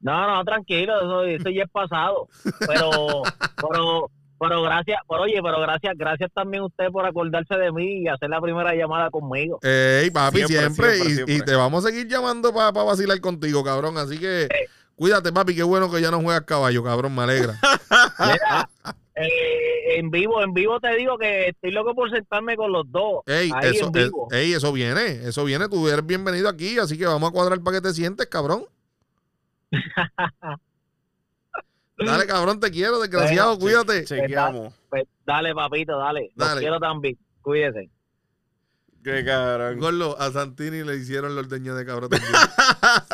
[SPEAKER 3] No, no, tranquilo, eso, eso ya es pasado. Pero, pero, pero gracias, pero oye, pero gracias, gracias también a usted por acordarse de mí y hacer la primera llamada conmigo.
[SPEAKER 1] Eh, Ey, papi, siempre.
[SPEAKER 2] Siempre, siempre,
[SPEAKER 1] y,
[SPEAKER 2] siempre.
[SPEAKER 1] y te vamos a seguir llamando para vacilar contigo, cabrón. Así que cuídate, papi, qué bueno que ya no juegas caballo, cabrón, me alegra.
[SPEAKER 3] Mira, *laughs* eh, en vivo, en vivo te digo que estoy loco por sentarme con los dos.
[SPEAKER 1] Ey,
[SPEAKER 3] ahí
[SPEAKER 1] eso,
[SPEAKER 3] en vivo.
[SPEAKER 1] eh, ey, eso viene, eso viene, tú eres bienvenido aquí, así que vamos a cuadrar para que te sientes,
[SPEAKER 2] *laughs*
[SPEAKER 1] cabrón. Dale, cabrón, te quiero, desgraciado, cuídate.
[SPEAKER 2] Chequeamos.
[SPEAKER 3] Pues, dale, papito, dale. Los
[SPEAKER 1] Dale.
[SPEAKER 3] quiero también. Cuídense.
[SPEAKER 2] Qué cabrón.
[SPEAKER 1] Gorlo, a Santini le hicieron la ordeña de cabrón *laughs* también.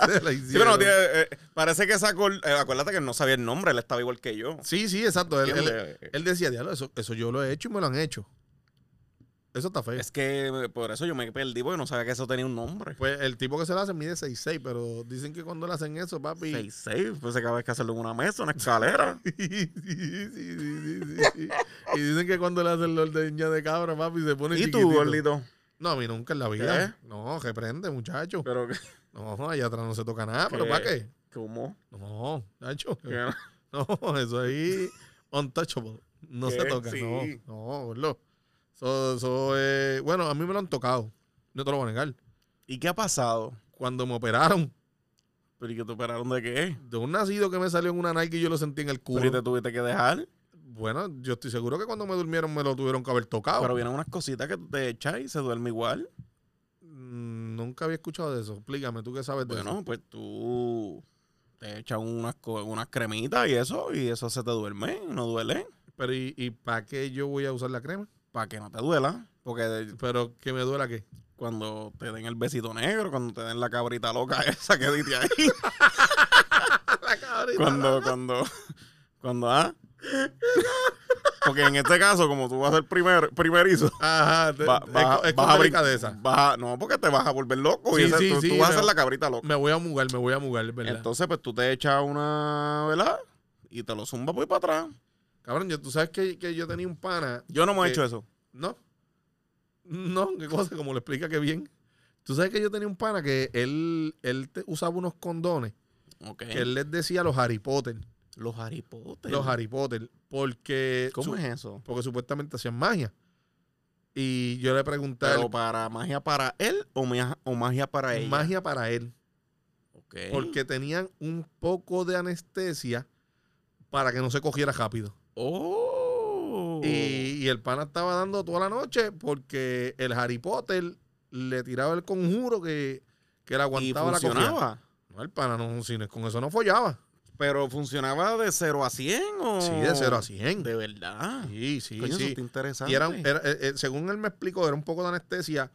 [SPEAKER 1] Se la
[SPEAKER 2] Sí, pero no
[SPEAKER 1] hicieron.
[SPEAKER 2] tiene- eh, parece que sacó. acuérdate que no sabía el nombre, él estaba igual que yo. eh,
[SPEAKER 1] Sí, sí, exacto. Él, él-
[SPEAKER 2] ¿Entiendes?
[SPEAKER 1] él decía, diablo, eso, eso yo lo he hecho y me lo han hecho. Eso está feo.
[SPEAKER 2] es que eh, por eso yo me perdí porque no sabía que eso tenía un nombre.
[SPEAKER 1] Pues el tipo que se lo hace mide 6'6, pero dicen que cuando le hacen eso, papi.
[SPEAKER 2] 6-6, pues cada vez que hacerlo en una mesa, una escalera.
[SPEAKER 1] *laughs* Sí, sí, sí, sí, sí, sí. Y dicen que cuando le hacen la ordeña de cabra, papi, se pone
[SPEAKER 2] ¿Y
[SPEAKER 1] chiquitito.
[SPEAKER 2] tú,
[SPEAKER 1] ¿Eh?
[SPEAKER 2] gordito?
[SPEAKER 1] No, a mí nunca en la vida. No, que prende, muchacho. *laughs*
[SPEAKER 2] Pero, que-
[SPEAKER 1] No, allá atrás no se toca nada, pero
[SPEAKER 2] ¿Qué?
[SPEAKER 1] ¿para qué?
[SPEAKER 2] ¿cómo?
[SPEAKER 1] No, muchacho.
[SPEAKER 2] Que no-
[SPEAKER 1] *laughs* No, eso ahí, untouchable. No se
[SPEAKER 2] ¿Qué?
[SPEAKER 1] toca,
[SPEAKER 2] Sí.
[SPEAKER 1] no. No, boludo. Eso, eso, eh, bueno, a mí me lo han tocado. No te lo voy a negar.
[SPEAKER 2] ¿Y qué ha pasado?
[SPEAKER 1] Cuando me operaron
[SPEAKER 2] ¿Pero y que te operaron de qué?
[SPEAKER 1] de un nacido que me salió en una Nike y yo lo sentí en el
[SPEAKER 2] ¿Pero y te
[SPEAKER 1] culo.
[SPEAKER 2] tuviste que dejar?
[SPEAKER 1] Bueno, yo estoy seguro que cuando me durmieron me lo tuvieron que haber tocado.
[SPEAKER 2] Pero vienen unas cositas que tú te echas y se duerme igual.
[SPEAKER 1] Mm, Nunca había escuchado de eso. Explícame, tú qué sabes de eso.
[SPEAKER 2] Bueno, pues tú te echas unas, co- unas cremitas y eso, y eso se te duerme, no duele,
[SPEAKER 1] Pero ¿y, para qué yo voy a usar la crema?
[SPEAKER 2] para que no te duela. Porque de-
[SPEAKER 1] Pero que me duela qué. *laughs*
[SPEAKER 2] cuando te den el besito negro, cuando te den la cabrita loca *laughs* esa que diste ahí,
[SPEAKER 1] la cabrita.
[SPEAKER 2] cuando, cuando, cuando, ah, Porque en este caso, como tú vas a ser primer, primerizo,
[SPEAKER 1] Ajá, te-
[SPEAKER 2] va-
[SPEAKER 1] es,
[SPEAKER 2] vas
[SPEAKER 1] co- es
[SPEAKER 2] vas a
[SPEAKER 1] complicadeza.
[SPEAKER 2] brincar- vas a- no, porque te vas a volver loco y
[SPEAKER 1] Sí,
[SPEAKER 2] esa-
[SPEAKER 1] sí,
[SPEAKER 2] tú,
[SPEAKER 1] sí,
[SPEAKER 2] tú vas
[SPEAKER 1] me-
[SPEAKER 2] a ser la cabrita loca.
[SPEAKER 1] Me voy a mugar, me voy a mugar, es ¿verdad?
[SPEAKER 2] Entonces, pues tú te echas una, ¿verdad? Y te lo zumba muy para atrás.
[SPEAKER 1] Cabrón, yo, tú sabes que, que yo tenía un pana.
[SPEAKER 2] Yo no me he
[SPEAKER 1] Sí.
[SPEAKER 2] hecho eso.
[SPEAKER 1] No. No, qué cosa, como lo explica que bien. Tú sabes que yo tenía un pana que él, él te- usaba unos condones.
[SPEAKER 2] Ok.
[SPEAKER 1] Que él les decía los Harry Potter.
[SPEAKER 2] Los haripotes.
[SPEAKER 1] Los Harry Potter. Porque, su-
[SPEAKER 2] ¿Cómo es eso?
[SPEAKER 1] porque supuestamente hacían magia. Y yo le pregunté a
[SPEAKER 2] ¿Pero
[SPEAKER 1] él,
[SPEAKER 2] para magia para él o, mea- o magia para ella?
[SPEAKER 1] magia para él.
[SPEAKER 2] Ok.
[SPEAKER 1] Porque tenían un poco de anestesia para que no se cogiera rápido.
[SPEAKER 2] Oh.
[SPEAKER 1] Y, y el pana estaba dando toda la noche porque el Harry Potter le tiraba el conjuro que, que le
[SPEAKER 2] Y
[SPEAKER 1] aguantaba la cogida.
[SPEAKER 2] funcionaba.
[SPEAKER 1] No, el pana no, si no- con eso no follaba.
[SPEAKER 2] Pero funcionaba de 0 a 100 o.
[SPEAKER 1] Sí, de 0 a 100.
[SPEAKER 2] De verdad.
[SPEAKER 1] Sí, sí,
[SPEAKER 2] Coño, eso
[SPEAKER 1] sí.
[SPEAKER 2] está interesante.
[SPEAKER 1] Y era, era- eh, eh, según él me explicó, era un poco de anestesia.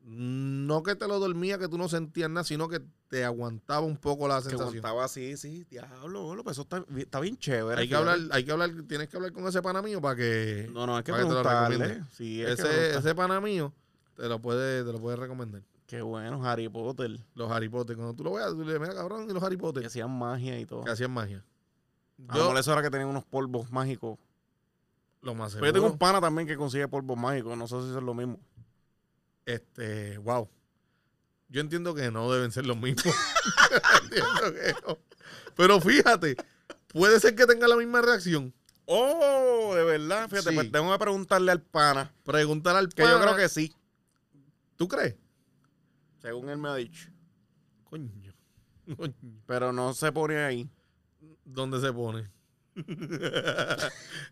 [SPEAKER 1] No que te lo dormía, que tú no sentías nada, sino que te aguantaba un poco la
[SPEAKER 2] que
[SPEAKER 1] sensación.
[SPEAKER 2] aguantaba así, sí, diablo, boludo, pues eso está, bi- está bien chévere.
[SPEAKER 1] Hay que
[SPEAKER 2] fíjate.
[SPEAKER 1] hablar, hay que hablar, tienes que hablar con ese pana mío para que
[SPEAKER 2] No, no, hay que
[SPEAKER 1] para que te lo
[SPEAKER 2] preguntarle.
[SPEAKER 1] recomiende.
[SPEAKER 2] Sí, hay que
[SPEAKER 1] ese,
[SPEAKER 2] preguntar.
[SPEAKER 1] ese pana mío te lo puede, te lo puede recomendar.
[SPEAKER 2] Qué bueno, Harry Potter.
[SPEAKER 1] Los Harry Potter. Cuando tú lo veas, tú le mira cabrón y los Harry
[SPEAKER 2] Que
[SPEAKER 1] Potter.
[SPEAKER 2] hacían magia y todo.
[SPEAKER 1] Que hacían magia.
[SPEAKER 2] A lo
[SPEAKER 1] Yo,
[SPEAKER 2] mejor eso era que tenían unos polvos mágicos.
[SPEAKER 1] lo más
[SPEAKER 2] Pero yo tengo un
[SPEAKER 1] seguro,
[SPEAKER 2] pana también que consigue polvos mágicos. No sé si eso es lo mismo.
[SPEAKER 1] este, wow. Yo entiendo que no deben ser los
[SPEAKER 2] *laughs*
[SPEAKER 1] mismos. Entiendo que no. Pero fíjate, puede ser que tenga la misma reacción.
[SPEAKER 2] Oh, de verdad. Fíjate,
[SPEAKER 1] Sí.
[SPEAKER 2] pues tengo que preguntarle al pana.
[SPEAKER 1] Preguntar al
[SPEAKER 2] Que
[SPEAKER 1] pana.
[SPEAKER 2] yo creo que sí.
[SPEAKER 1] ¿Tú crees?
[SPEAKER 2] Según él me ha dicho.
[SPEAKER 1] Coño. Coño.
[SPEAKER 2] Pero no se pone *laughs* ahí.
[SPEAKER 1] ¿Dónde se pone? *laughs*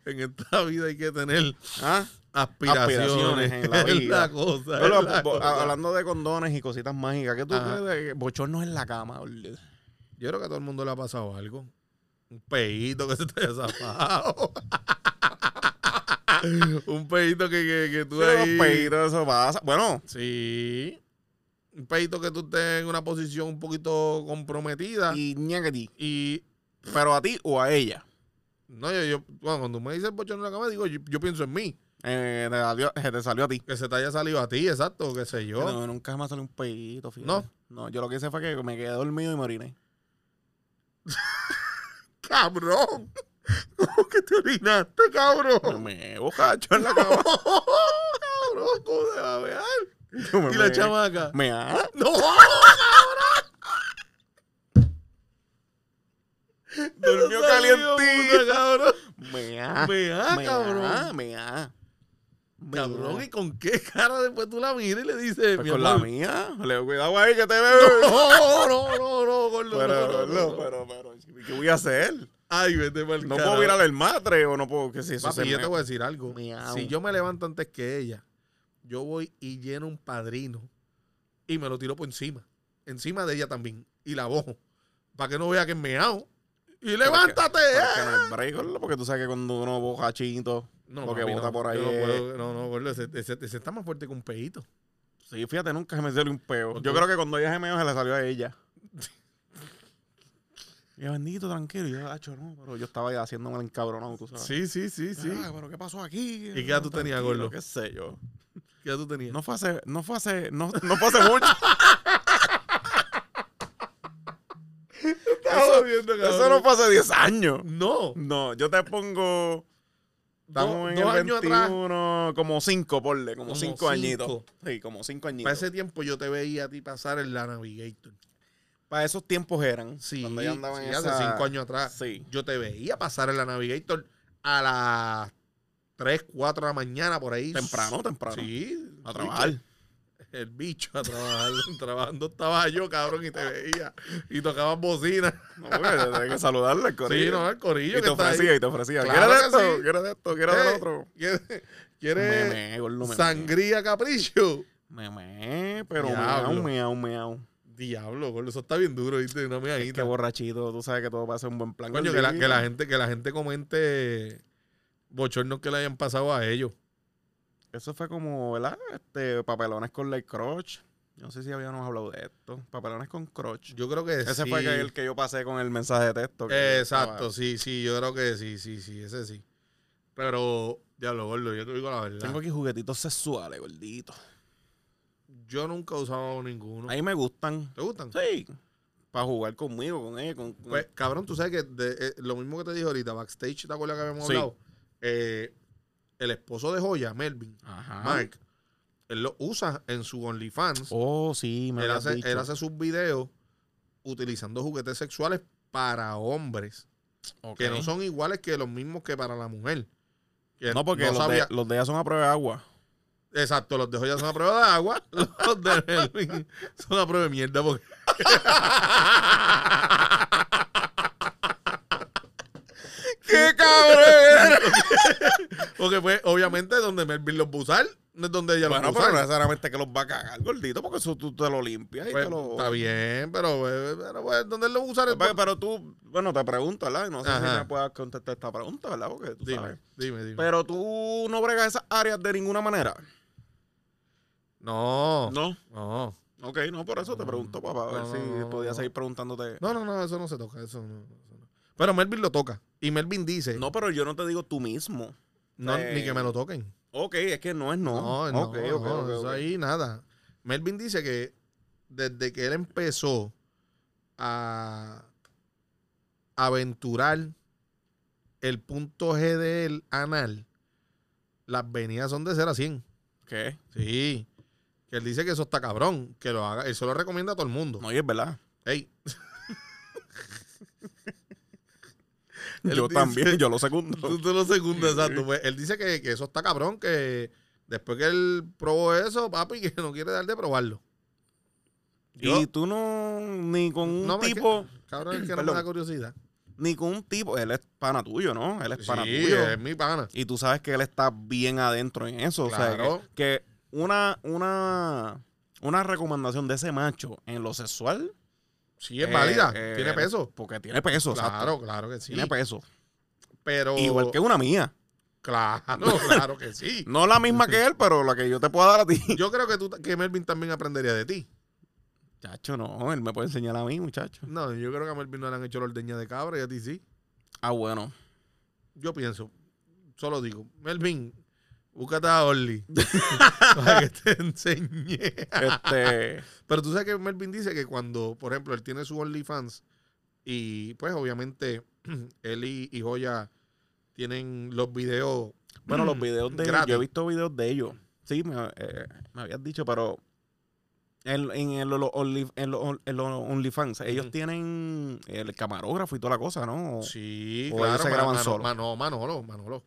[SPEAKER 1] en esta vida hay que tener
[SPEAKER 2] ¿Ah?
[SPEAKER 1] aspiraciones.
[SPEAKER 2] Aspiraciones en
[SPEAKER 1] *laughs*
[SPEAKER 2] la
[SPEAKER 1] Es
[SPEAKER 2] vida.
[SPEAKER 1] cosa,
[SPEAKER 2] Pero, ah,
[SPEAKER 1] es la
[SPEAKER 2] bo-
[SPEAKER 1] cosa.
[SPEAKER 2] a- hablando de condones y cositas mágicas, ¿qué tú
[SPEAKER 1] Ajá.
[SPEAKER 2] crees de que bochornos en la cama? boludo?
[SPEAKER 1] Yo creo que a todo el mundo le ha pasado algo. Un peito que se te haya zafado. un peito que, que, que tú
[SPEAKER 2] Pero
[SPEAKER 1] ahí.
[SPEAKER 2] los peitos, eso pasa. Bueno,
[SPEAKER 1] Sí. Un peito que tú estés en una posición un poquito comprometida. Y,
[SPEAKER 2] y ñaquetí. Pero a ti o a ella.
[SPEAKER 1] no, yo, yo- bueno, cuando me dices bochón en la cama, digo, yo, yo pienso en mí.
[SPEAKER 2] Eh, te, salió, eh, te salió a ti.
[SPEAKER 1] Que se te haya salido a ti, exacto, qué sé yo.
[SPEAKER 2] No, nunca más salió un peito, fíjate.
[SPEAKER 1] ¿No?
[SPEAKER 2] No, yo lo que hice fue que me quedé dormido y me oriné.
[SPEAKER 1] ¡Cabrón! *laughs* ¿Cómo que te orinaste, cabrón?
[SPEAKER 2] Me *laughs* bocacho en la
[SPEAKER 1] *laughs*
[SPEAKER 2] cama.
[SPEAKER 1] ¡Cabrón! ¿Cómo se va a ver?
[SPEAKER 2] Yo me
[SPEAKER 1] Y la
[SPEAKER 2] meé.
[SPEAKER 1] chamaca.
[SPEAKER 2] Me *laughs* ah,
[SPEAKER 1] ¡No!
[SPEAKER 2] Durmió calientito.
[SPEAKER 1] cabrón.
[SPEAKER 2] Me ah,
[SPEAKER 1] Me ah,
[SPEAKER 2] me
[SPEAKER 1] cabrón.
[SPEAKER 2] ah, me ah. Me
[SPEAKER 1] Cabrón,
[SPEAKER 2] ah.
[SPEAKER 1] ¿y con qué cara después tú la miras y le dices,
[SPEAKER 2] Pues
[SPEAKER 1] mi
[SPEAKER 2] con la
[SPEAKER 1] amor?
[SPEAKER 2] mía. Le digo, cuidado ahí *laughs* que te veo.
[SPEAKER 1] *laughs* No, no, no, *laughs* no, gordo,
[SPEAKER 2] Pero,
[SPEAKER 1] no, no, no, no.
[SPEAKER 2] pero, pero, pero, ¿qué voy a hacer?
[SPEAKER 1] Ay, vete mal
[SPEAKER 2] No puedo ir al matre o no puedo, que si eso se
[SPEAKER 1] Papi, yo
[SPEAKER 2] me-
[SPEAKER 1] te voy a decir algo.
[SPEAKER 2] Miau.
[SPEAKER 1] Si yo me levanto antes que ella, yo voy y lleno un padrino y me lo tiro por encima. Encima de ella también. Y la bojo. Para que no vea que es meao. Y levántate.
[SPEAKER 2] Pero es
[SPEAKER 1] eh.
[SPEAKER 2] que no hay break, gordo, porque tú sabes que cuando uno bocachito,
[SPEAKER 1] No,
[SPEAKER 2] porque
[SPEAKER 1] papi,
[SPEAKER 2] bota
[SPEAKER 1] no,
[SPEAKER 2] por ahí eh.
[SPEAKER 1] yo no,
[SPEAKER 2] es-
[SPEAKER 1] puedo, no, no, gordo, ese, ese- ese está más fuerte que un peito.
[SPEAKER 2] sí, fíjate, nunca se me salió un peo.
[SPEAKER 1] Con
[SPEAKER 2] Yo
[SPEAKER 1] tu-
[SPEAKER 2] creo que cuando ella se meó se le salió a ella. *laughs* Y yo, bendito, tranquilo. Y yo, "Acho, no, pero yo estaba ya haciéndome el encabronado, tú sabes.
[SPEAKER 1] Sí, sí, sí, sí.
[SPEAKER 2] Ah, pero ¿qué pasó aquí?
[SPEAKER 1] ¿Y qué edad tú
[SPEAKER 2] No,
[SPEAKER 1] tenías,
[SPEAKER 2] tranquilo,
[SPEAKER 1] gordo?
[SPEAKER 2] ¿Qué sé yo?
[SPEAKER 1] ¿Qué edad tú tenías?
[SPEAKER 2] No fue hace, no fue hace, no, no
[SPEAKER 1] *laughs*
[SPEAKER 2] fue hace mucho.
[SPEAKER 1] Estaba
[SPEAKER 2] eso-
[SPEAKER 1] viendo,
[SPEAKER 2] Eso no fue hace 10 años.
[SPEAKER 1] No.
[SPEAKER 2] No, yo te pongo. Estamos
[SPEAKER 1] Do-
[SPEAKER 2] en
[SPEAKER 1] dos
[SPEAKER 2] el
[SPEAKER 1] años atrás.
[SPEAKER 2] 21, como 5, ponle, como
[SPEAKER 1] Como
[SPEAKER 2] 5
[SPEAKER 1] cinco.
[SPEAKER 2] añitos. Sí, como 5 añitos.
[SPEAKER 1] Para ese tiempo yo te veía a ti pasar en la Navigator.
[SPEAKER 2] Para esos tiempos eran.
[SPEAKER 1] Sí,
[SPEAKER 2] cuando yo andaba en
[SPEAKER 1] sí, hace
[SPEAKER 2] esa-
[SPEAKER 1] cinco años atrás.
[SPEAKER 2] Sí.
[SPEAKER 1] Yo te veía pasar en la Navigator a las 3, 4 de la mañana por ahí.
[SPEAKER 2] Temprano, temprano.
[SPEAKER 1] Sí.
[SPEAKER 2] A trabajar.
[SPEAKER 1] El bicho a trabajar. *laughs* Trabajando estaba yo, cabrón, y te veía. Y tocabas bocina.
[SPEAKER 2] No, porque hay que saludarle al corillo.
[SPEAKER 1] Sí, no, el corillo
[SPEAKER 2] y
[SPEAKER 1] que
[SPEAKER 2] te
[SPEAKER 1] está ahí.
[SPEAKER 2] ofrecía, y te ofrecía.
[SPEAKER 1] Claro
[SPEAKER 2] ¿Quieres
[SPEAKER 1] que
[SPEAKER 2] de esto?
[SPEAKER 1] sí.
[SPEAKER 2] ¿Quieres de esto? ¿Quieres del
[SPEAKER 1] Eh,
[SPEAKER 2] otro?
[SPEAKER 1] ¿Quieres,
[SPEAKER 2] Me
[SPEAKER 1] quieres
[SPEAKER 2] meé, gordo, me meé.
[SPEAKER 1] sangría capricho?
[SPEAKER 2] Me meé, pero
[SPEAKER 1] Diablo.
[SPEAKER 2] meao, meao, meao.
[SPEAKER 1] Diablo, gordo, eso está bien duro, ¿viste? Una
[SPEAKER 2] Es que
[SPEAKER 1] miadita.
[SPEAKER 2] borrachito, tú sabes que todo va a ser un buen plan.
[SPEAKER 1] Coño, que la,
[SPEAKER 2] gordito.
[SPEAKER 1] que la gente, que la gente comente bochornos que le hayan pasado a ellos.
[SPEAKER 2] Eso fue como, ¿verdad? Este, papelones con la crotch. Yo no sé si habíamos hablado de esto. Papelones con crotch.
[SPEAKER 1] Yo creo que
[SPEAKER 2] Ese
[SPEAKER 1] sí.
[SPEAKER 2] fue el que yo pasé con el mensaje de texto. que-
[SPEAKER 1] Exacto, sí, sí, yo creo que sí, sí, sí, ese sí. Pero, diablo, gordo, yo te digo la verdad.
[SPEAKER 2] Tengo aquí juguetitos sexuales, gordito.
[SPEAKER 1] Yo nunca he usado ninguno.
[SPEAKER 2] A mí me gustan.
[SPEAKER 1] ¿Te gustan?
[SPEAKER 2] Sí. Para jugar conmigo, con ella, con... con-
[SPEAKER 1] Pues, cabrón, tú sabes que de- eh, lo mismo que te dije ahorita, backstage, ¿te acuerdas que habíamos
[SPEAKER 2] Sí.
[SPEAKER 1] hablado? Eh, el esposo de Joya, Melvin,
[SPEAKER 2] Ajá.
[SPEAKER 1] Mike, él lo usa en su OnlyFans.
[SPEAKER 2] Oh, sí, me
[SPEAKER 1] él,
[SPEAKER 2] lo
[SPEAKER 1] hace, él hace sus videos utilizando juguetes sexuales para hombres, que no son iguales que los mismos que para la mujer. Que
[SPEAKER 2] No, porque los,
[SPEAKER 1] sabía-
[SPEAKER 2] de, los de ella son a prueba de agua.
[SPEAKER 1] Exacto, los de joya son a prueba de agua, *laughs* los de Melvin son a prueba de mierda
[SPEAKER 2] *laughs*
[SPEAKER 1] porque...
[SPEAKER 2] ¡Qué cabrón!
[SPEAKER 1] *laughs* Porque pues, obviamente donde Melvin los va a usar, no es donde ella
[SPEAKER 2] bueno,
[SPEAKER 1] los va a
[SPEAKER 2] pero no
[SPEAKER 1] usar.
[SPEAKER 2] necesariamente que los va a cagar, gordito, porque eso tú te lo limpias y
[SPEAKER 1] Pues,
[SPEAKER 2] te lo...
[SPEAKER 1] Está bien, pero, eh, pero, pues, donde él los va a usar es-
[SPEAKER 2] Pero, pero tú, bueno, te pregunto, ¿verdad? No sé si
[SPEAKER 1] Ajá.
[SPEAKER 2] me puedas contestar esta pregunta, ¿verdad? Porque tú
[SPEAKER 1] Dime,
[SPEAKER 2] sabes.
[SPEAKER 1] dime, dime.
[SPEAKER 2] Pero tú no bregas esas áreas de ninguna manera.
[SPEAKER 1] no,
[SPEAKER 2] No.
[SPEAKER 1] no,
[SPEAKER 2] Ok, no, por eso te pregunto, papá, a ver
[SPEAKER 1] No,
[SPEAKER 2] si
[SPEAKER 1] no, no,
[SPEAKER 2] podías
[SPEAKER 1] no.
[SPEAKER 2] seguir preguntándote.
[SPEAKER 1] no, no, no, eso no se toca, eso no. eso no. Pero Melvin lo toca. Y Melvin dice, no,
[SPEAKER 2] No, pero yo no te digo tú mismo. eh,
[SPEAKER 1] ni que me lo toquen.
[SPEAKER 2] Ok, es que no es no.
[SPEAKER 1] No, no,
[SPEAKER 2] Ok,
[SPEAKER 1] no,
[SPEAKER 2] ok, ok,
[SPEAKER 1] eso
[SPEAKER 2] ok.
[SPEAKER 1] ahí nada. Melvin dice que desde que él empezó a aventurar el punto G de él anal, las venidas son de 0 a 100.
[SPEAKER 2] ¿Qué?
[SPEAKER 1] Sí. Que él dice que eso está cabrón, que lo haga, él se lo recomienda a todo el mundo.
[SPEAKER 2] No, y es verdad.
[SPEAKER 1] *laughs* Ey, Él
[SPEAKER 2] Yo
[SPEAKER 1] dice-
[SPEAKER 2] también, yo lo segundo. *laughs*
[SPEAKER 1] tú te lo segundas, exacto. Pues, él dice que, que eso está cabrón, que después que él probó eso, papi, que no quiere dar de probarlo. Yo-
[SPEAKER 2] Y tú no, ni con un
[SPEAKER 1] No, es que-
[SPEAKER 2] tipo,
[SPEAKER 1] Cabrón, es que no me
[SPEAKER 2] Perdón.
[SPEAKER 1] da curiosidad.
[SPEAKER 2] ni con un tipo, él es pana tuyo, ¿no? Él es pana
[SPEAKER 1] Sí,
[SPEAKER 2] tuyo.
[SPEAKER 1] es mi pana.
[SPEAKER 2] Y tú sabes que él está bien adentro en eso. O
[SPEAKER 1] Claro.
[SPEAKER 2] sea, que, que una, una, una recomendación de ese macho en lo sexual.
[SPEAKER 1] Sí, es
[SPEAKER 2] eh,
[SPEAKER 1] válida.
[SPEAKER 2] eh,
[SPEAKER 1] tiene peso.
[SPEAKER 2] Porque tiene peso,
[SPEAKER 1] Claro,
[SPEAKER 2] exacto.
[SPEAKER 1] claro que sí.
[SPEAKER 2] Tiene peso.
[SPEAKER 1] Pero.
[SPEAKER 2] Igual que una mía.
[SPEAKER 1] Claro,
[SPEAKER 2] *laughs*
[SPEAKER 1] claro que sí.
[SPEAKER 2] No la misma que él, pero la que yo te pueda dar
[SPEAKER 1] *laughs*
[SPEAKER 2] a ti.
[SPEAKER 1] Yo creo que tú que Melvin también aprendería de ti.
[SPEAKER 2] Muchacho, no, él me puede enseñar a mí, muchacho.
[SPEAKER 1] No, yo creo que a Melvin no le han hecho la ordeña de cabra y a ti sí.
[SPEAKER 2] Ah, bueno.
[SPEAKER 1] Yo pienso. Solo digo, Melvin, búscate a
[SPEAKER 2] *laughs*
[SPEAKER 1] Orly para que te enseñe. *laughs*
[SPEAKER 2] Este,
[SPEAKER 1] Pero tú sabes que Melvin dice que cuando, por ejemplo, él tiene su OnlyFans y pues obviamente *clears throat* él y, y Joya tienen los videos
[SPEAKER 2] *clears throat* bueno, los videos de ellos,
[SPEAKER 1] Gratis.
[SPEAKER 2] yo he visto videos de ellos. Sí, me, eh, me habías dicho, pero en, en, el- los Only- en los on- en los OnlyFans, ellos
[SPEAKER 1] Ujú.
[SPEAKER 2] tienen el camarógrafo y toda la cosa, ¿no?
[SPEAKER 1] Sí,
[SPEAKER 2] o
[SPEAKER 1] claro.
[SPEAKER 2] ellos se
[SPEAKER 1] Ma-
[SPEAKER 2] graban
[SPEAKER 1] Mano-
[SPEAKER 2] solos.
[SPEAKER 1] Mano- Manolo, Manolo.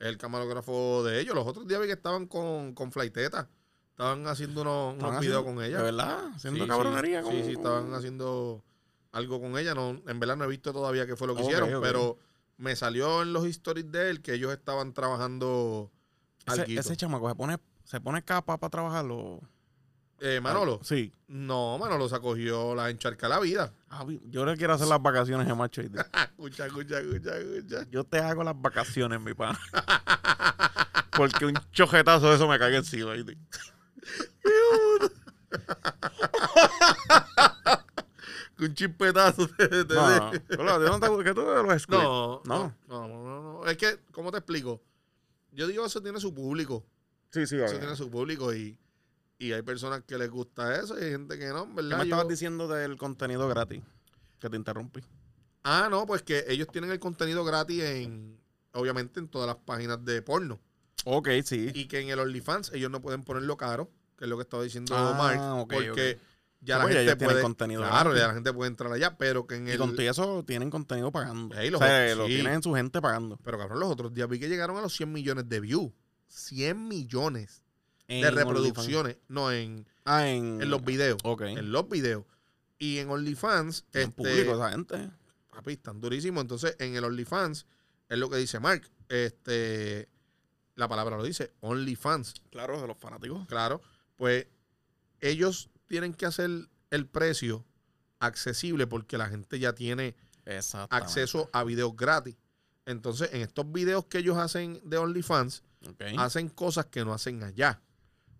[SPEAKER 1] El camarógrafo de ellos. Los otros días vi que estaban con, con Flaiteta. Estaban haciendo unos, unos
[SPEAKER 2] Estaban
[SPEAKER 1] videos
[SPEAKER 2] haciendo-
[SPEAKER 1] con ella.
[SPEAKER 2] ¿De verdad? Haciendo
[SPEAKER 1] Sí,
[SPEAKER 2] cabronería.
[SPEAKER 1] sí,
[SPEAKER 2] con-
[SPEAKER 1] Sí, sí, estaban haciendo algo con ella. No, en verdad no he visto todavía qué fue lo que
[SPEAKER 2] Ok,
[SPEAKER 1] hicieron,
[SPEAKER 2] ok.
[SPEAKER 1] pero me salió en los stories de él que ellos estaban trabajando
[SPEAKER 2] Ese,
[SPEAKER 1] alguito.
[SPEAKER 2] ese chamaco se pone, se pone capa para trabajarlo.
[SPEAKER 1] Eh,
[SPEAKER 2] Ah.
[SPEAKER 1] Manolo,
[SPEAKER 2] Sí.
[SPEAKER 1] no, Manolo se acogió la encharca la vida.
[SPEAKER 2] Ah, vi- yo le quiero hacer las vacaciones a macho.
[SPEAKER 1] *laughs*
[SPEAKER 2] y de-
[SPEAKER 1] escucha, escucha, escucha, escucha.
[SPEAKER 2] Yo te hago las vacaciones, mi pana. Porque un chojetazo de eso me cae encima. ¿viste?
[SPEAKER 1] Un chispetazo te- te- te-
[SPEAKER 2] No, no, no. ¿De dónde te- que tú de los Squid?
[SPEAKER 1] No, no,
[SPEAKER 2] No.
[SPEAKER 1] no, no, no, no. Es que, ¿cómo te explico? Yo digo, eso tiene su público.
[SPEAKER 2] Sí, sí,
[SPEAKER 1] Eso tiene su público y, y hay personas que les gusta eso y hay gente que no, en
[SPEAKER 2] ¿Qué
[SPEAKER 1] ¿verdad? Yo-
[SPEAKER 2] me estabas diciendo del contenido gratis? Que te interrumpí.
[SPEAKER 1] Ah, no, pues que ellos tienen el contenido gratis en, obviamente, en todas las páginas de porno.
[SPEAKER 2] Ok, sí.
[SPEAKER 1] Y que en el OnlyFans ellos no pueden ponerlo caro, que es lo que estaba diciendo
[SPEAKER 2] Ah,
[SPEAKER 1] Mark,
[SPEAKER 2] ok,
[SPEAKER 1] porque
[SPEAKER 2] ok.
[SPEAKER 1] ya la
[SPEAKER 2] Oye,
[SPEAKER 1] gente
[SPEAKER 2] ellos tienen
[SPEAKER 1] puede...
[SPEAKER 2] contenido
[SPEAKER 1] claro,
[SPEAKER 2] gratis.
[SPEAKER 1] ya la gente puede entrar allá, pero que en
[SPEAKER 2] Y,
[SPEAKER 1] el...
[SPEAKER 2] con todo eso tienen contenido pagando.
[SPEAKER 1] Ey, los
[SPEAKER 2] o sea,
[SPEAKER 1] otros,
[SPEAKER 2] lo
[SPEAKER 1] sí.
[SPEAKER 2] tienen su gente pagando.
[SPEAKER 1] Pero cabrón, los otros días vi que llegaron a los 100 millones de views. 100 millones
[SPEAKER 2] En
[SPEAKER 1] de
[SPEAKER 2] OnlyFans.
[SPEAKER 1] reproducciones. No, en,
[SPEAKER 2] Ah, en,
[SPEAKER 1] en los videos.
[SPEAKER 2] Ok.
[SPEAKER 1] En los videos. Y en OnlyFans...
[SPEAKER 2] En
[SPEAKER 1] este,
[SPEAKER 2] público esa gente.
[SPEAKER 1] Papi, están durísimos. Entonces, en el OnlyFans, es lo que dice Mark. Este, la palabra lo dice, OnlyFans,
[SPEAKER 2] Claro, de los fanáticos.
[SPEAKER 1] claro. Pues ellos tienen que hacer el precio accesible porque la gente ya tiene
[SPEAKER 2] Exacto.
[SPEAKER 1] acceso a videos gratis. Entonces, en estos videos que ellos hacen de OnlyFans, hacen cosas que no hacen allá.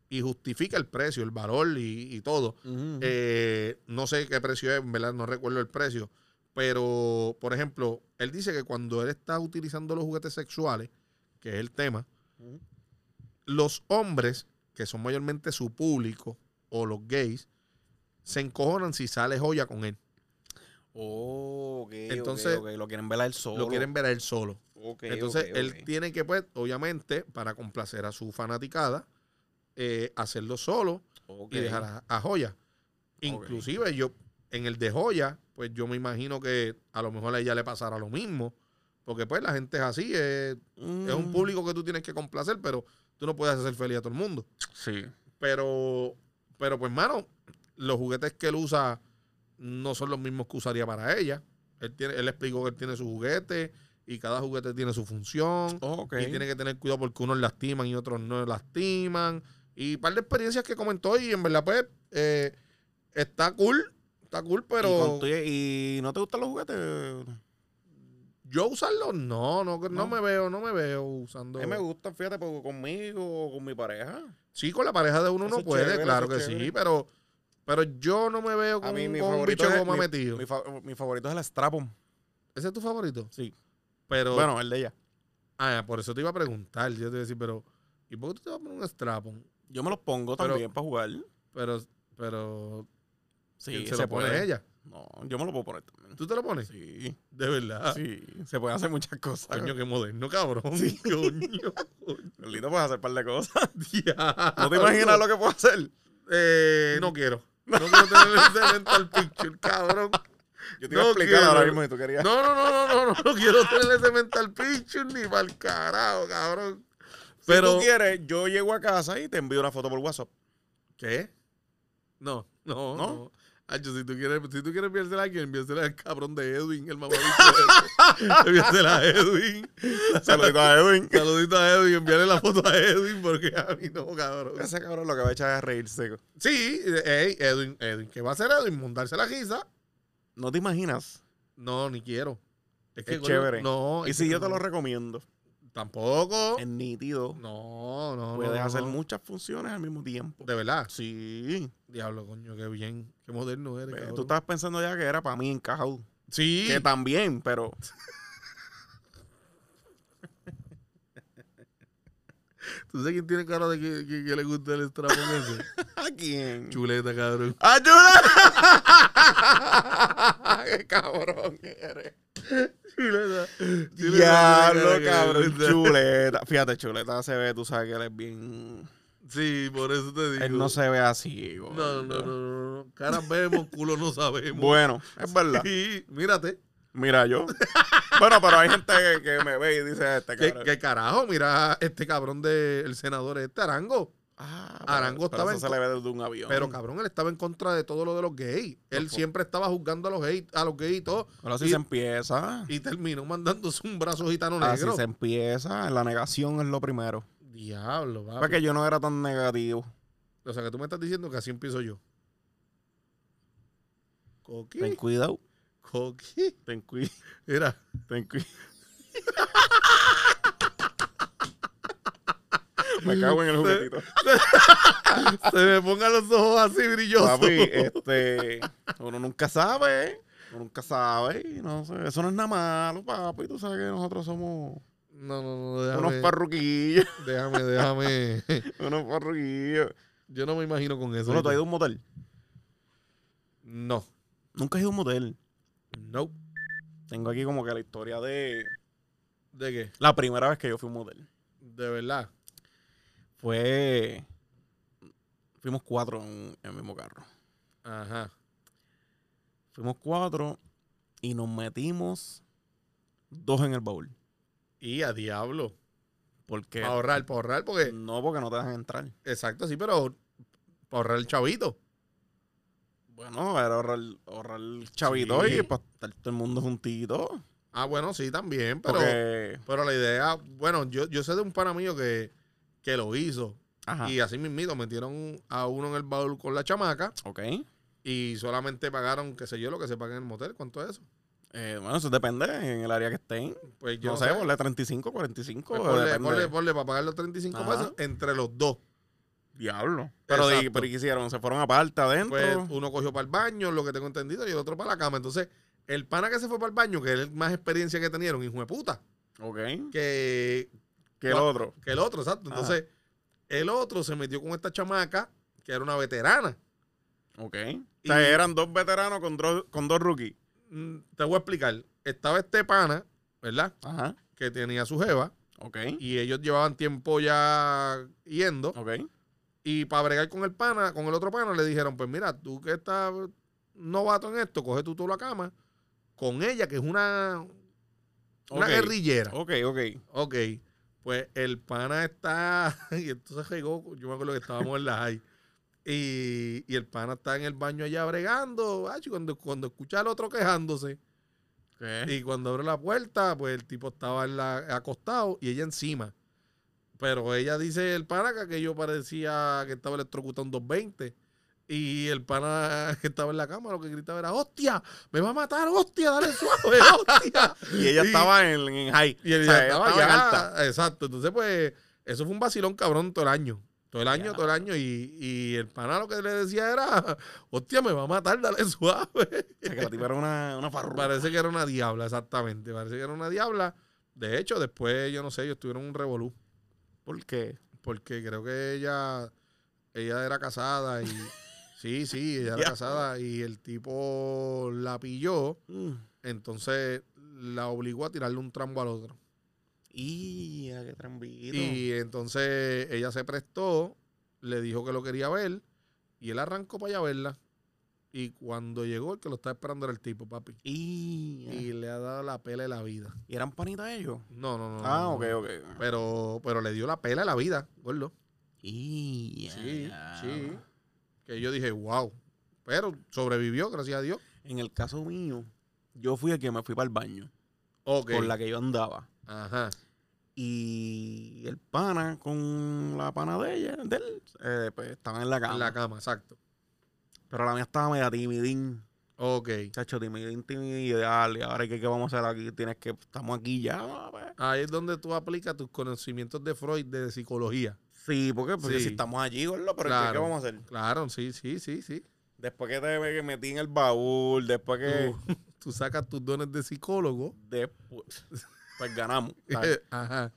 [SPEAKER 1] y justifica el precio, el valor y, y todo.
[SPEAKER 2] Ujú.
[SPEAKER 1] Eh, no sé qué precio es, en ¿verdad? No recuerdo el precio. Pero, por ejemplo, él dice que cuando él está utilizando los juguetes sexuales, que es el tema,
[SPEAKER 2] Ujú.
[SPEAKER 1] los hombres, que son mayormente su público, o los gays, se encojonan si sale joya con él.
[SPEAKER 2] Oh, ok, ok,
[SPEAKER 1] Entonces,
[SPEAKER 2] ok, lo quieren velar solo.
[SPEAKER 1] Lo quieren ver a él solo.
[SPEAKER 2] Ok,
[SPEAKER 1] Entonces,
[SPEAKER 2] ok,
[SPEAKER 1] él
[SPEAKER 2] ok.
[SPEAKER 1] tiene que, pues, obviamente, para complacer a su fanaticada, eh, hacerlo solo
[SPEAKER 2] Ok.
[SPEAKER 1] y dejar a, a Joya. Inclusive yo, en el de Joya, pues yo me imagino que a lo mejor a ella le pasará lo mismo. Porque pues la gente es así, es,
[SPEAKER 2] Mm.
[SPEAKER 1] es un público que tú tienes que complacer, pero tú no puedes hacer feliz a todo el mundo.
[SPEAKER 2] Sí.
[SPEAKER 1] Pero, pero pues, mano, los juguetes que él usa no son los mismos que usaría para ella. Él, tiene, él explicó que él tiene sus juguetes y cada juguete tiene su función.
[SPEAKER 2] Oh, Ok.
[SPEAKER 1] Y tiene que tener cuidado porque unos lastiman y otros no lastiman. Y un par de experiencias que comentó y en verdad, pues, eh, está cool. Está cool,
[SPEAKER 2] ¿Y,
[SPEAKER 1] pero
[SPEAKER 2] con tu- y no te gustan los juguetes? A
[SPEAKER 1] yo usarlo, no, no, no,
[SPEAKER 2] No.
[SPEAKER 1] me veo, no me veo usando.
[SPEAKER 2] mí me gusta, fíjate, porque conmigo o con mi pareja.
[SPEAKER 1] Sí, con la pareja de uno
[SPEAKER 2] Eso
[SPEAKER 1] uno
[SPEAKER 2] es
[SPEAKER 1] puede,
[SPEAKER 2] chévere,
[SPEAKER 1] claro
[SPEAKER 2] eso
[SPEAKER 1] que
[SPEAKER 2] es
[SPEAKER 1] sí,
[SPEAKER 2] chévere.
[SPEAKER 1] pero, pero yo no me veo con,
[SPEAKER 2] A mí mi
[SPEAKER 1] con un
[SPEAKER 2] favorito
[SPEAKER 1] bicho de
[SPEAKER 2] es-
[SPEAKER 1] goma
[SPEAKER 2] mi-
[SPEAKER 1] metido.
[SPEAKER 2] Mi, fa- mi favorito es el Strapon.
[SPEAKER 1] ¿Ese es tu favorito?
[SPEAKER 2] Sí.
[SPEAKER 1] Pero,
[SPEAKER 2] Bueno, el de ella.
[SPEAKER 1] ah, por eso te iba a preguntar, yo te iba a decir, pero, ¿y por qué tú te vas a poner un strapón?
[SPEAKER 2] Yo me los pongo
[SPEAKER 1] Pero-
[SPEAKER 2] también para jugar.
[SPEAKER 1] Pero, pero,
[SPEAKER 2] Sí,
[SPEAKER 1] ¿quién se, lo pone
[SPEAKER 2] puede.
[SPEAKER 1] ella?
[SPEAKER 2] No, yo me lo puedo poner también.
[SPEAKER 1] ¿Tú te lo pones?
[SPEAKER 2] Sí,
[SPEAKER 1] De verdad.
[SPEAKER 2] sí. Se pueden hacer muchas cosas.
[SPEAKER 1] Coño, qué moderno, cabrón. *laughs* Coño.
[SPEAKER 2] Carlito, puedes hacer un par de cosas.
[SPEAKER 1] Diablo.
[SPEAKER 2] ¿No *laughs* te imaginas lo que puedo hacer?
[SPEAKER 1] Eh, no quiero. *laughs* No quiero tener ese mental picture, cabrón.
[SPEAKER 2] Yo te iba
[SPEAKER 1] No
[SPEAKER 2] a explicar
[SPEAKER 1] quiero.
[SPEAKER 2] ahora mismo si tú querías.
[SPEAKER 1] No, no, no, no, no, no, no quiero tener ese mental picture ni para el carajo, cabrón.
[SPEAKER 2] Si
[SPEAKER 1] Pero.
[SPEAKER 2] tú quieres, yo llego a casa y te envío una foto por *laughs* WhatsApp.
[SPEAKER 1] ¿Qué? No, no,
[SPEAKER 2] ¿No?
[SPEAKER 1] no. Hacho, si tú quieres, si tú quieres enviársela a alguien, enviársela al cabrón de Edwin, el *laughs* mamabicho. ese. enviársela a Edwin.
[SPEAKER 2] Saludito a Edwin.
[SPEAKER 1] Saludito a Edwin, envíale la foto a Edwin porque a mí no, cabrón.
[SPEAKER 2] *laughs* Ese cabrón lo que va a echar es reírse.
[SPEAKER 1] Sí, ey, Edwin, Edwin, ¿qué va a hacer Edwin? Montarse la guisa.
[SPEAKER 2] ¿No te imaginas?
[SPEAKER 1] No, ni quiero. Es
[SPEAKER 2] Qué
[SPEAKER 1] coño,
[SPEAKER 2] chévere.
[SPEAKER 1] No,
[SPEAKER 2] Y
[SPEAKER 1] es
[SPEAKER 2] si
[SPEAKER 1] que
[SPEAKER 2] yo te
[SPEAKER 1] no.
[SPEAKER 2] lo recomiendo,
[SPEAKER 1] Tampoco.
[SPEAKER 2] es nítido.
[SPEAKER 1] No, no,
[SPEAKER 2] Puedes
[SPEAKER 1] no,
[SPEAKER 2] hacer
[SPEAKER 1] no.
[SPEAKER 2] muchas funciones al mismo tiempo.
[SPEAKER 1] De verdad.
[SPEAKER 2] Sí.
[SPEAKER 1] Diablo, coño, qué bien. Qué moderno eres,
[SPEAKER 2] Ve,
[SPEAKER 1] cabrón.
[SPEAKER 2] Tú estabas pensando ya que era para mí encajado.
[SPEAKER 1] Sí.
[SPEAKER 2] Que también, pero.
[SPEAKER 1] ¿Tú sabes quién tiene cara de que, que- que le gusta el strapón
[SPEAKER 2] *laughs*
[SPEAKER 1] ese?
[SPEAKER 2] *laughs* ¿A quién?
[SPEAKER 1] Chuleta, cabrón.
[SPEAKER 2] *laughs* ¡Ayuda! ¡Qué cabrón eres!
[SPEAKER 1] Chuleta. Chuleta,
[SPEAKER 2] Ya,
[SPEAKER 1] tiene cara
[SPEAKER 2] lo
[SPEAKER 1] que le
[SPEAKER 2] cabrón.
[SPEAKER 1] gusta.
[SPEAKER 2] Chuleta. Fíjate, chuleta se ve, tú sabes que él es bien.
[SPEAKER 1] Sí, por eso te digo.
[SPEAKER 2] Él no se ve así, güey.
[SPEAKER 1] No, no, no, no, no. Caras vemos, culo no sabemos.
[SPEAKER 2] Bueno,
[SPEAKER 1] *laughs*
[SPEAKER 2] es verdad.
[SPEAKER 1] Sí, mírate.
[SPEAKER 2] Mira yo. Bueno, pero hay gente que, que me ve y dice este
[SPEAKER 1] ¿Qué,
[SPEAKER 2] cabrón.
[SPEAKER 1] qué carajo? Mira este cabrón del senador este Arango.
[SPEAKER 2] Ah,
[SPEAKER 1] Arango
[SPEAKER 2] pero
[SPEAKER 1] estaba
[SPEAKER 2] eso
[SPEAKER 1] en
[SPEAKER 2] se le ve desde un avión.
[SPEAKER 1] Pero cabrón, él estaba en contra de todo lo de los gays. Él
[SPEAKER 2] po-
[SPEAKER 1] siempre estaba juzgando a los gays, a los gays y todo.
[SPEAKER 2] Ahora sí
[SPEAKER 1] y-
[SPEAKER 2] se empieza.
[SPEAKER 1] Y terminó mandándose un brazo gitano
[SPEAKER 2] Así
[SPEAKER 1] negro.
[SPEAKER 2] Ah, se empieza. La negación es lo primero.
[SPEAKER 1] Diablo, papi.
[SPEAKER 2] Porque yo no era tan negativo.
[SPEAKER 1] O sea que tú me estás diciendo que así empiezo yo. Coqui,
[SPEAKER 2] Ten cuidado.
[SPEAKER 1] coqui.
[SPEAKER 2] Ten cuidado.
[SPEAKER 1] Mira,
[SPEAKER 2] Ten
[SPEAKER 1] *laughs*
[SPEAKER 2] cuidado. Me cago en el juguetito.
[SPEAKER 1] se me pongan los ojos así brillosos.
[SPEAKER 2] Papi, este. Uno nunca sabe. Uno nunca sabe. y No sé. Eso no es nada malo, papi. Tú sabes que nosotros somos
[SPEAKER 1] No, no, no,
[SPEAKER 2] unos
[SPEAKER 1] déjame.
[SPEAKER 2] parruquillos. *laughs*
[SPEAKER 1] déjame, déjame.
[SPEAKER 2] Unos parruquillos.
[SPEAKER 1] Yo no me imagino con eso.
[SPEAKER 2] Bueno, tú has
[SPEAKER 1] ¿viste?
[SPEAKER 2] ido a un motel.
[SPEAKER 1] No,
[SPEAKER 2] Nunca has ido a un motel.
[SPEAKER 1] no.
[SPEAKER 2] Tengo aquí como que la historia de
[SPEAKER 1] ¿De qué?
[SPEAKER 2] la primera vez que yo fui a un motel.
[SPEAKER 1] De verdad.
[SPEAKER 2] Fue. Fuimos cuatro en, en el mismo carro.
[SPEAKER 1] Ajá.
[SPEAKER 2] Fuimos cuatro y nos metimos dos en el baúl.
[SPEAKER 1] Y a diablo.
[SPEAKER 2] Porque.
[SPEAKER 1] Pa' ahorrar, para ahorrar, porque.
[SPEAKER 2] No, porque no te dejan entrar.
[SPEAKER 1] Exacto, sí, pero para ahorrar el chavito.
[SPEAKER 2] Bueno, era ahorrar, ahorrar el chavito
[SPEAKER 1] Sí.
[SPEAKER 2] y para estar todo el mundo juntito.
[SPEAKER 1] Ah, bueno, sí, también, pero,
[SPEAKER 2] Porque.
[SPEAKER 1] pero la idea, bueno, yo, yo sé de un pana mío que, que lo hizo
[SPEAKER 2] Ajá.
[SPEAKER 1] y así mismito metieron a uno en el baúl con la chamaca
[SPEAKER 2] Ok.
[SPEAKER 1] y solamente pagaron, qué sé yo, lo que se paga en el motel, ¿cuánto es eso?
[SPEAKER 2] Eh, bueno, eso depende en el área que estén.
[SPEAKER 1] Pues yo
[SPEAKER 2] No, sé, ponle 35, 45.
[SPEAKER 1] Pues ponle,
[SPEAKER 2] depende.
[SPEAKER 1] ponle- ponle para pagar los 35
[SPEAKER 2] Ajá.
[SPEAKER 1] pesos entre los dos.
[SPEAKER 2] Diablo. Pero, di-
[SPEAKER 1] Exacto.
[SPEAKER 2] pero ¿qué hicieron? ¿Se fueron aparte adentro?
[SPEAKER 1] Pues uno cogió para el baño, lo que tengo entendido, y el otro para la cama. Entonces, el pana que se fue para el baño, que es el más experiencia que tenieron, hijo de puta,
[SPEAKER 2] ok.
[SPEAKER 1] que,
[SPEAKER 2] ¿Qué el
[SPEAKER 1] Bueno.
[SPEAKER 2] otro?
[SPEAKER 1] que el otro, exacto. Entonces, el otro se metió con esta chamaca, que era una veterana.
[SPEAKER 2] Ok. O sea,
[SPEAKER 1] Y-
[SPEAKER 2] eran dos veteranos con, dro- con dos rookies.
[SPEAKER 1] Mm, Te voy a explicar. Estaba este pana, ¿verdad?
[SPEAKER 2] Ajá.
[SPEAKER 1] Que tenía su jeva,
[SPEAKER 2] Ok.
[SPEAKER 1] y ellos llevaban tiempo ya yendo.
[SPEAKER 2] Ok.
[SPEAKER 1] Y para bregar con el pana, con el otro pana, le dijeron, pues mira, tú que estás novato en esto, coge tú tú la cama con ella, que es una, una
[SPEAKER 2] Ok.
[SPEAKER 1] guerrillera.
[SPEAKER 2] Ok, ok.
[SPEAKER 1] Ok, pues el pana está. *laughs* Y entonces llegó, yo me acuerdo que estábamos en la high. Y, y el pana está en el baño allá bregando. ah, y cuando, cuando escucha al otro quejándose.
[SPEAKER 2] ¿Qué?
[SPEAKER 1] Y cuando abre la puerta, pues el tipo estaba en la- acostado y ella encima. Pero ella dice el pana que- que yo parecía que estaba electrocutado en 220. Y el pana *laughs* que estaba en la cama lo que gritaba era: ¡Hostia! ¡Me va a matar! ¡Hostia! ¡Dale suave! ¡Hostia!
[SPEAKER 2] Y ella
[SPEAKER 1] Y-
[SPEAKER 2] estaba en, en high.
[SPEAKER 1] Y el
[SPEAKER 2] O sea,
[SPEAKER 1] día estaba
[SPEAKER 2] estaba
[SPEAKER 1] ya
[SPEAKER 2] en alta.
[SPEAKER 1] Exacto. Entonces, pues, eso fue un vacilón cabrón todo el año. Todo el año,
[SPEAKER 2] Ya.
[SPEAKER 1] todo el año. Y, y el pana lo que le decía era, *laughs* hostia, me va a matar, dale *laughs* suave.
[SPEAKER 2] O sea, que la tipa era una, una farruca.
[SPEAKER 1] Parece que era una diabla, exactamente. Parece que era una diabla. De hecho, después, yo no sé, ellos tuvieron un revolú.
[SPEAKER 2] ¿Por qué?
[SPEAKER 1] Porque creo que ella, ella era
[SPEAKER 2] *laughs*
[SPEAKER 1] casada y... sí, sí, ella era
[SPEAKER 2] Ya.
[SPEAKER 1] casada. Y el tipo la pilló.
[SPEAKER 2] Mm.
[SPEAKER 1] Entonces, la obligó a tirarle un trambo al otro.
[SPEAKER 2] Y a qué trambito.
[SPEAKER 1] Y entonces ella se prestó, le dijo que lo quería ver y él arrancó para allá a verla. Y cuando llegó, el que lo estaba esperando era el tipo, papi.
[SPEAKER 2] Y,
[SPEAKER 1] Y le ha dado la pela de la vida.
[SPEAKER 2] ¿Y eran panitas ellos.
[SPEAKER 1] No, no, no.
[SPEAKER 2] Ah,
[SPEAKER 1] no,
[SPEAKER 2] ok,
[SPEAKER 1] no.
[SPEAKER 2] ok.
[SPEAKER 1] Pero, pero le dio la pela de la vida, gordo.
[SPEAKER 2] Y
[SPEAKER 1] Sí, sí. Que yo dije, wow. Pero sobrevivió, gracias a Dios.
[SPEAKER 2] En el caso mío, yo fui el que me fui para el baño
[SPEAKER 1] Ok.
[SPEAKER 2] con la que yo andaba.
[SPEAKER 1] Ajá.
[SPEAKER 2] Y el pana con la pana de ella, de él, eh, pues estaban en la cama.
[SPEAKER 1] En la cama, exacto.
[SPEAKER 2] Pero la mía estaba media timidín.
[SPEAKER 1] Ok.
[SPEAKER 2] Chacho, timidín, timidín, dale, ahora ¿qué, qué vamos a hacer aquí? Tienes que, estamos aquí ya. ah, pues.
[SPEAKER 1] Ahí es donde tú aplicas tus conocimientos de Freud de psicología.
[SPEAKER 2] Sí, porque, porque
[SPEAKER 1] Sí.
[SPEAKER 2] si estamos allí, gordo, pero ¿qué- ¿qué,
[SPEAKER 1] Claro.
[SPEAKER 2] vamos a hacer?
[SPEAKER 1] Claro, sí, sí, sí, sí.
[SPEAKER 2] Después que te que metí en el baúl, después que...
[SPEAKER 1] Tú, tú sacas tus dones de psicólogo. *laughs*
[SPEAKER 2] Después, *laughs* pues ganamos. ¿sabes?
[SPEAKER 1] Ajá.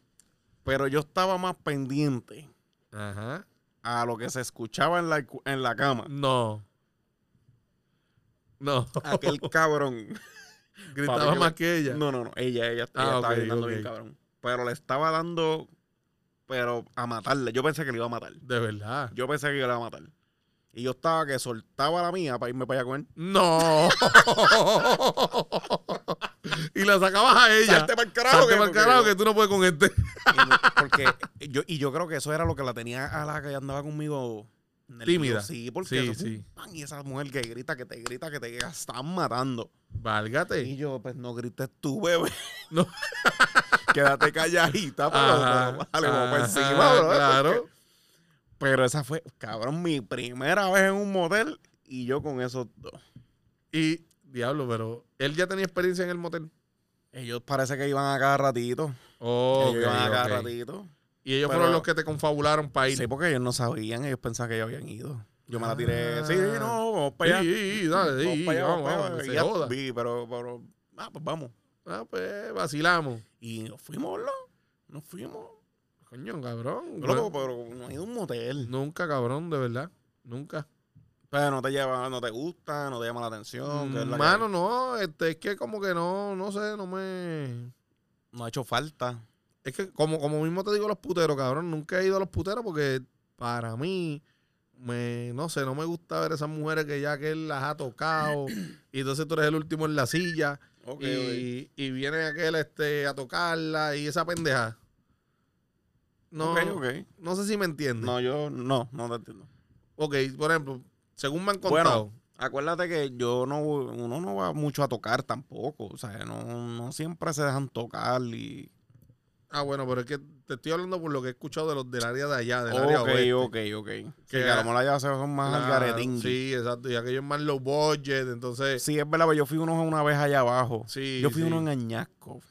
[SPEAKER 2] Pero yo estaba más pendiente
[SPEAKER 1] Ajá.
[SPEAKER 2] a lo que se escuchaba en la, cu- en la cama.
[SPEAKER 1] No.
[SPEAKER 2] *laughs*
[SPEAKER 1] No.
[SPEAKER 2] Aquel cabrón.
[SPEAKER 1] Gritaba
[SPEAKER 2] Papi, yo-
[SPEAKER 1] más que ella.
[SPEAKER 2] No, no, no. Ella, ella, ella
[SPEAKER 1] Ah,
[SPEAKER 2] estaba
[SPEAKER 1] ok,
[SPEAKER 2] gritando bien
[SPEAKER 1] ok.
[SPEAKER 2] cabrón. Pero le estaba dando, pero a matarle. Yo pensé que le iba a matar.
[SPEAKER 1] De verdad.
[SPEAKER 2] Yo pensé que yo le iba a matar. Y yo estaba que soltaba la mía para irme para allá con él.
[SPEAKER 1] No. *laughs* y la sacabas a ella.
[SPEAKER 2] Salte pa'l carajo,
[SPEAKER 1] Salte
[SPEAKER 2] que-
[SPEAKER 1] pa'l
[SPEAKER 2] porque-
[SPEAKER 1] carajo que tú no puedes con este.
[SPEAKER 2] Y no- Porque *laughs* yo, y yo creo que eso era lo que la tenía a la que andaba conmigo. nerviosa.
[SPEAKER 1] Tímida.
[SPEAKER 2] Sí, porque
[SPEAKER 1] Sí,
[SPEAKER 2] eso fue un
[SPEAKER 1] sí.
[SPEAKER 2] pan, y esa mujer que grita, que te grita, que te están matando. Y
[SPEAKER 1] Válgate.
[SPEAKER 2] yo, pues no grites tú, bebé.
[SPEAKER 1] *laughs* No.
[SPEAKER 2] *laughs* Quédate calladita, pero,
[SPEAKER 1] Ajá,
[SPEAKER 2] pero dale, pues, vamos para
[SPEAKER 1] ajá,
[SPEAKER 2] encima, bro.
[SPEAKER 1] claro.
[SPEAKER 2] Pero esa fue, cabrón, mi primera vez en un motel y yo con esos dos.
[SPEAKER 1] Y, diablo, pero él ya tenía experiencia en el motel.
[SPEAKER 2] Ellos parece que iban a cada ratito.
[SPEAKER 1] Oh,
[SPEAKER 2] ellos iban a cada ratito.
[SPEAKER 1] Y ellos
[SPEAKER 2] Pero-
[SPEAKER 1] fueron los que te confabularon para ir.
[SPEAKER 2] Sí, porque ellos no sabían, ellos pensaban que ya habían ido. Yo me la tiré. Sí,
[SPEAKER 1] Ah.
[SPEAKER 2] no, vamos para
[SPEAKER 1] Sí,
[SPEAKER 2] allá.
[SPEAKER 1] sí, sí, dale, sí,
[SPEAKER 2] vamos para allá,
[SPEAKER 1] vamos,
[SPEAKER 2] vamos, para
[SPEAKER 1] vamos,
[SPEAKER 2] allá.
[SPEAKER 1] que
[SPEAKER 2] Y
[SPEAKER 1] se
[SPEAKER 2] ya
[SPEAKER 1] joda.
[SPEAKER 2] vi, pero, pero, ah, pues vamos.
[SPEAKER 1] Ah, pues vacilamos.
[SPEAKER 2] Y nos fuimos, ¿no? Nos fuimos.
[SPEAKER 1] Coño, cabrón.
[SPEAKER 2] Loco, pues. pero no hay un motel.
[SPEAKER 1] Nunca, cabrón, de verdad. Nunca.
[SPEAKER 2] Pero no te lleva, no te gusta, no te llama la atención. que es la que-
[SPEAKER 1] Mm, Mano, no, este, es que como que no, no sé, no me.
[SPEAKER 2] no ha hecho falta.
[SPEAKER 1] Es que como, como mismo te digo los puteros, cabrón, nunca he ido a los puteros porque para mí, me, no sé, no me gusta ver esas mujeres que ya que él las ha
[SPEAKER 2] *clears throat*
[SPEAKER 1] tocado y entonces tú eres el último en la silla
[SPEAKER 2] Ok,
[SPEAKER 1] y, y viene aquel este, a tocarla y esa pendeja. No,
[SPEAKER 2] ok, ok.
[SPEAKER 1] no sé si me entiendes.
[SPEAKER 2] No, yo no, no te entiendo.
[SPEAKER 1] Ok, por ejemplo, según me han
[SPEAKER 2] Bueno,
[SPEAKER 1] contado.
[SPEAKER 2] Acuérdate que yo no, uno no va mucho a tocar tampoco. O sea, no, no siempre se dejan tocar y.
[SPEAKER 1] Ah, bueno, pero es que te estoy hablando por lo que he escuchado de los del área de allá, del área
[SPEAKER 2] Ok,
[SPEAKER 1] oeste.
[SPEAKER 2] ok, ok. Que
[SPEAKER 1] sea,
[SPEAKER 2] a lo mejor allá se son más al
[SPEAKER 1] ah, Claro,
[SPEAKER 2] garetín. Sí.
[SPEAKER 1] Sí, exacto. Y aquello es más low budget, entonces.
[SPEAKER 2] es verdad, pero yo fui uno una vez allá abajo.
[SPEAKER 1] Sí,
[SPEAKER 2] yo fui
[SPEAKER 1] sí. Ah.
[SPEAKER 2] uno en Añasco.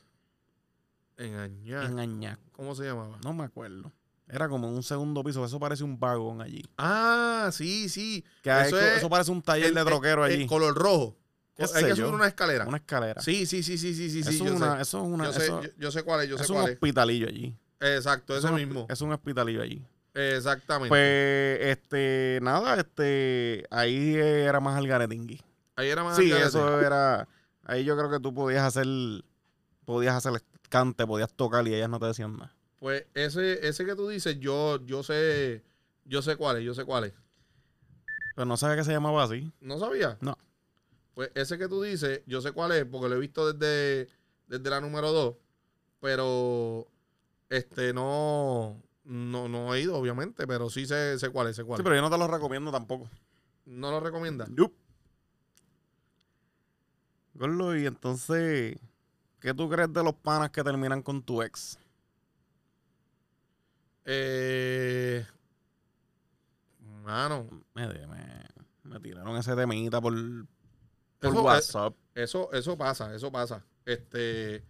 [SPEAKER 1] En Añá.
[SPEAKER 2] En Añasco.
[SPEAKER 1] ¿Cómo se llamaba?
[SPEAKER 2] No me acuerdo. Era como un segundo piso, eso parece un vagón allí.
[SPEAKER 1] Ah, sí, sí.
[SPEAKER 2] Que hay-
[SPEAKER 1] Eso
[SPEAKER 2] eso,
[SPEAKER 1] es-
[SPEAKER 2] parece un taller
[SPEAKER 1] El-
[SPEAKER 2] de troquero
[SPEAKER 1] el-
[SPEAKER 2] allí.
[SPEAKER 1] El color rojo.
[SPEAKER 2] ¿Qué
[SPEAKER 1] Hay
[SPEAKER 2] sé
[SPEAKER 1] que
[SPEAKER 2] yo?
[SPEAKER 1] subir una escalera.
[SPEAKER 2] Una escalera.
[SPEAKER 1] Sí, sí, sí, sí, sí, sí,
[SPEAKER 2] eso,
[SPEAKER 1] sí.
[SPEAKER 2] es
[SPEAKER 1] Yo
[SPEAKER 2] una,
[SPEAKER 1] sé.
[SPEAKER 2] eso es una.
[SPEAKER 1] Yo sé,
[SPEAKER 2] eso-
[SPEAKER 1] yo- yo sé cuál es, yo sé
[SPEAKER 2] es un
[SPEAKER 1] cuál es.
[SPEAKER 2] hospitalillo allí.
[SPEAKER 1] Exacto, ese
[SPEAKER 2] es un-
[SPEAKER 1] mismo.
[SPEAKER 2] Es un hospitalillo allí.
[SPEAKER 1] Exactamente.
[SPEAKER 2] Pues, este, nada, este, ahí eh, era más al garetingui.
[SPEAKER 1] Ahí era más
[SPEAKER 2] Sí,
[SPEAKER 1] alcalde.
[SPEAKER 2] eso era. Ahí yo creo que tú podías hacer. Podías hacer cante, podías tocar y ellas no te decían nada.
[SPEAKER 1] Pues ese, ese que tú dices, yo, yo sé, yo sé cuál es, yo sé cuál es.
[SPEAKER 2] Pero no sabía que se llamaba así.
[SPEAKER 1] ¿No sabía?
[SPEAKER 2] No.
[SPEAKER 1] Pues ese que tú dices, yo sé cuál es, porque lo he visto desde, desde la número 2, pero este no, no, no he ido, obviamente, pero sí sé, sé cuál es, sé cuál
[SPEAKER 2] Sí,
[SPEAKER 1] es.
[SPEAKER 2] pero yo no te lo recomiendo tampoco.
[SPEAKER 1] No lo recomienda.
[SPEAKER 2] Nope. Gordo, y entonces, ¿qué tú crees de los panas que terminan con tu ex?
[SPEAKER 1] Eh, mano,
[SPEAKER 2] Me, me- me tiraron ese temita por, por
[SPEAKER 1] Eso, eh,
[SPEAKER 2] WhatsApp.
[SPEAKER 1] Eso, eso pasa, eso pasa. Este,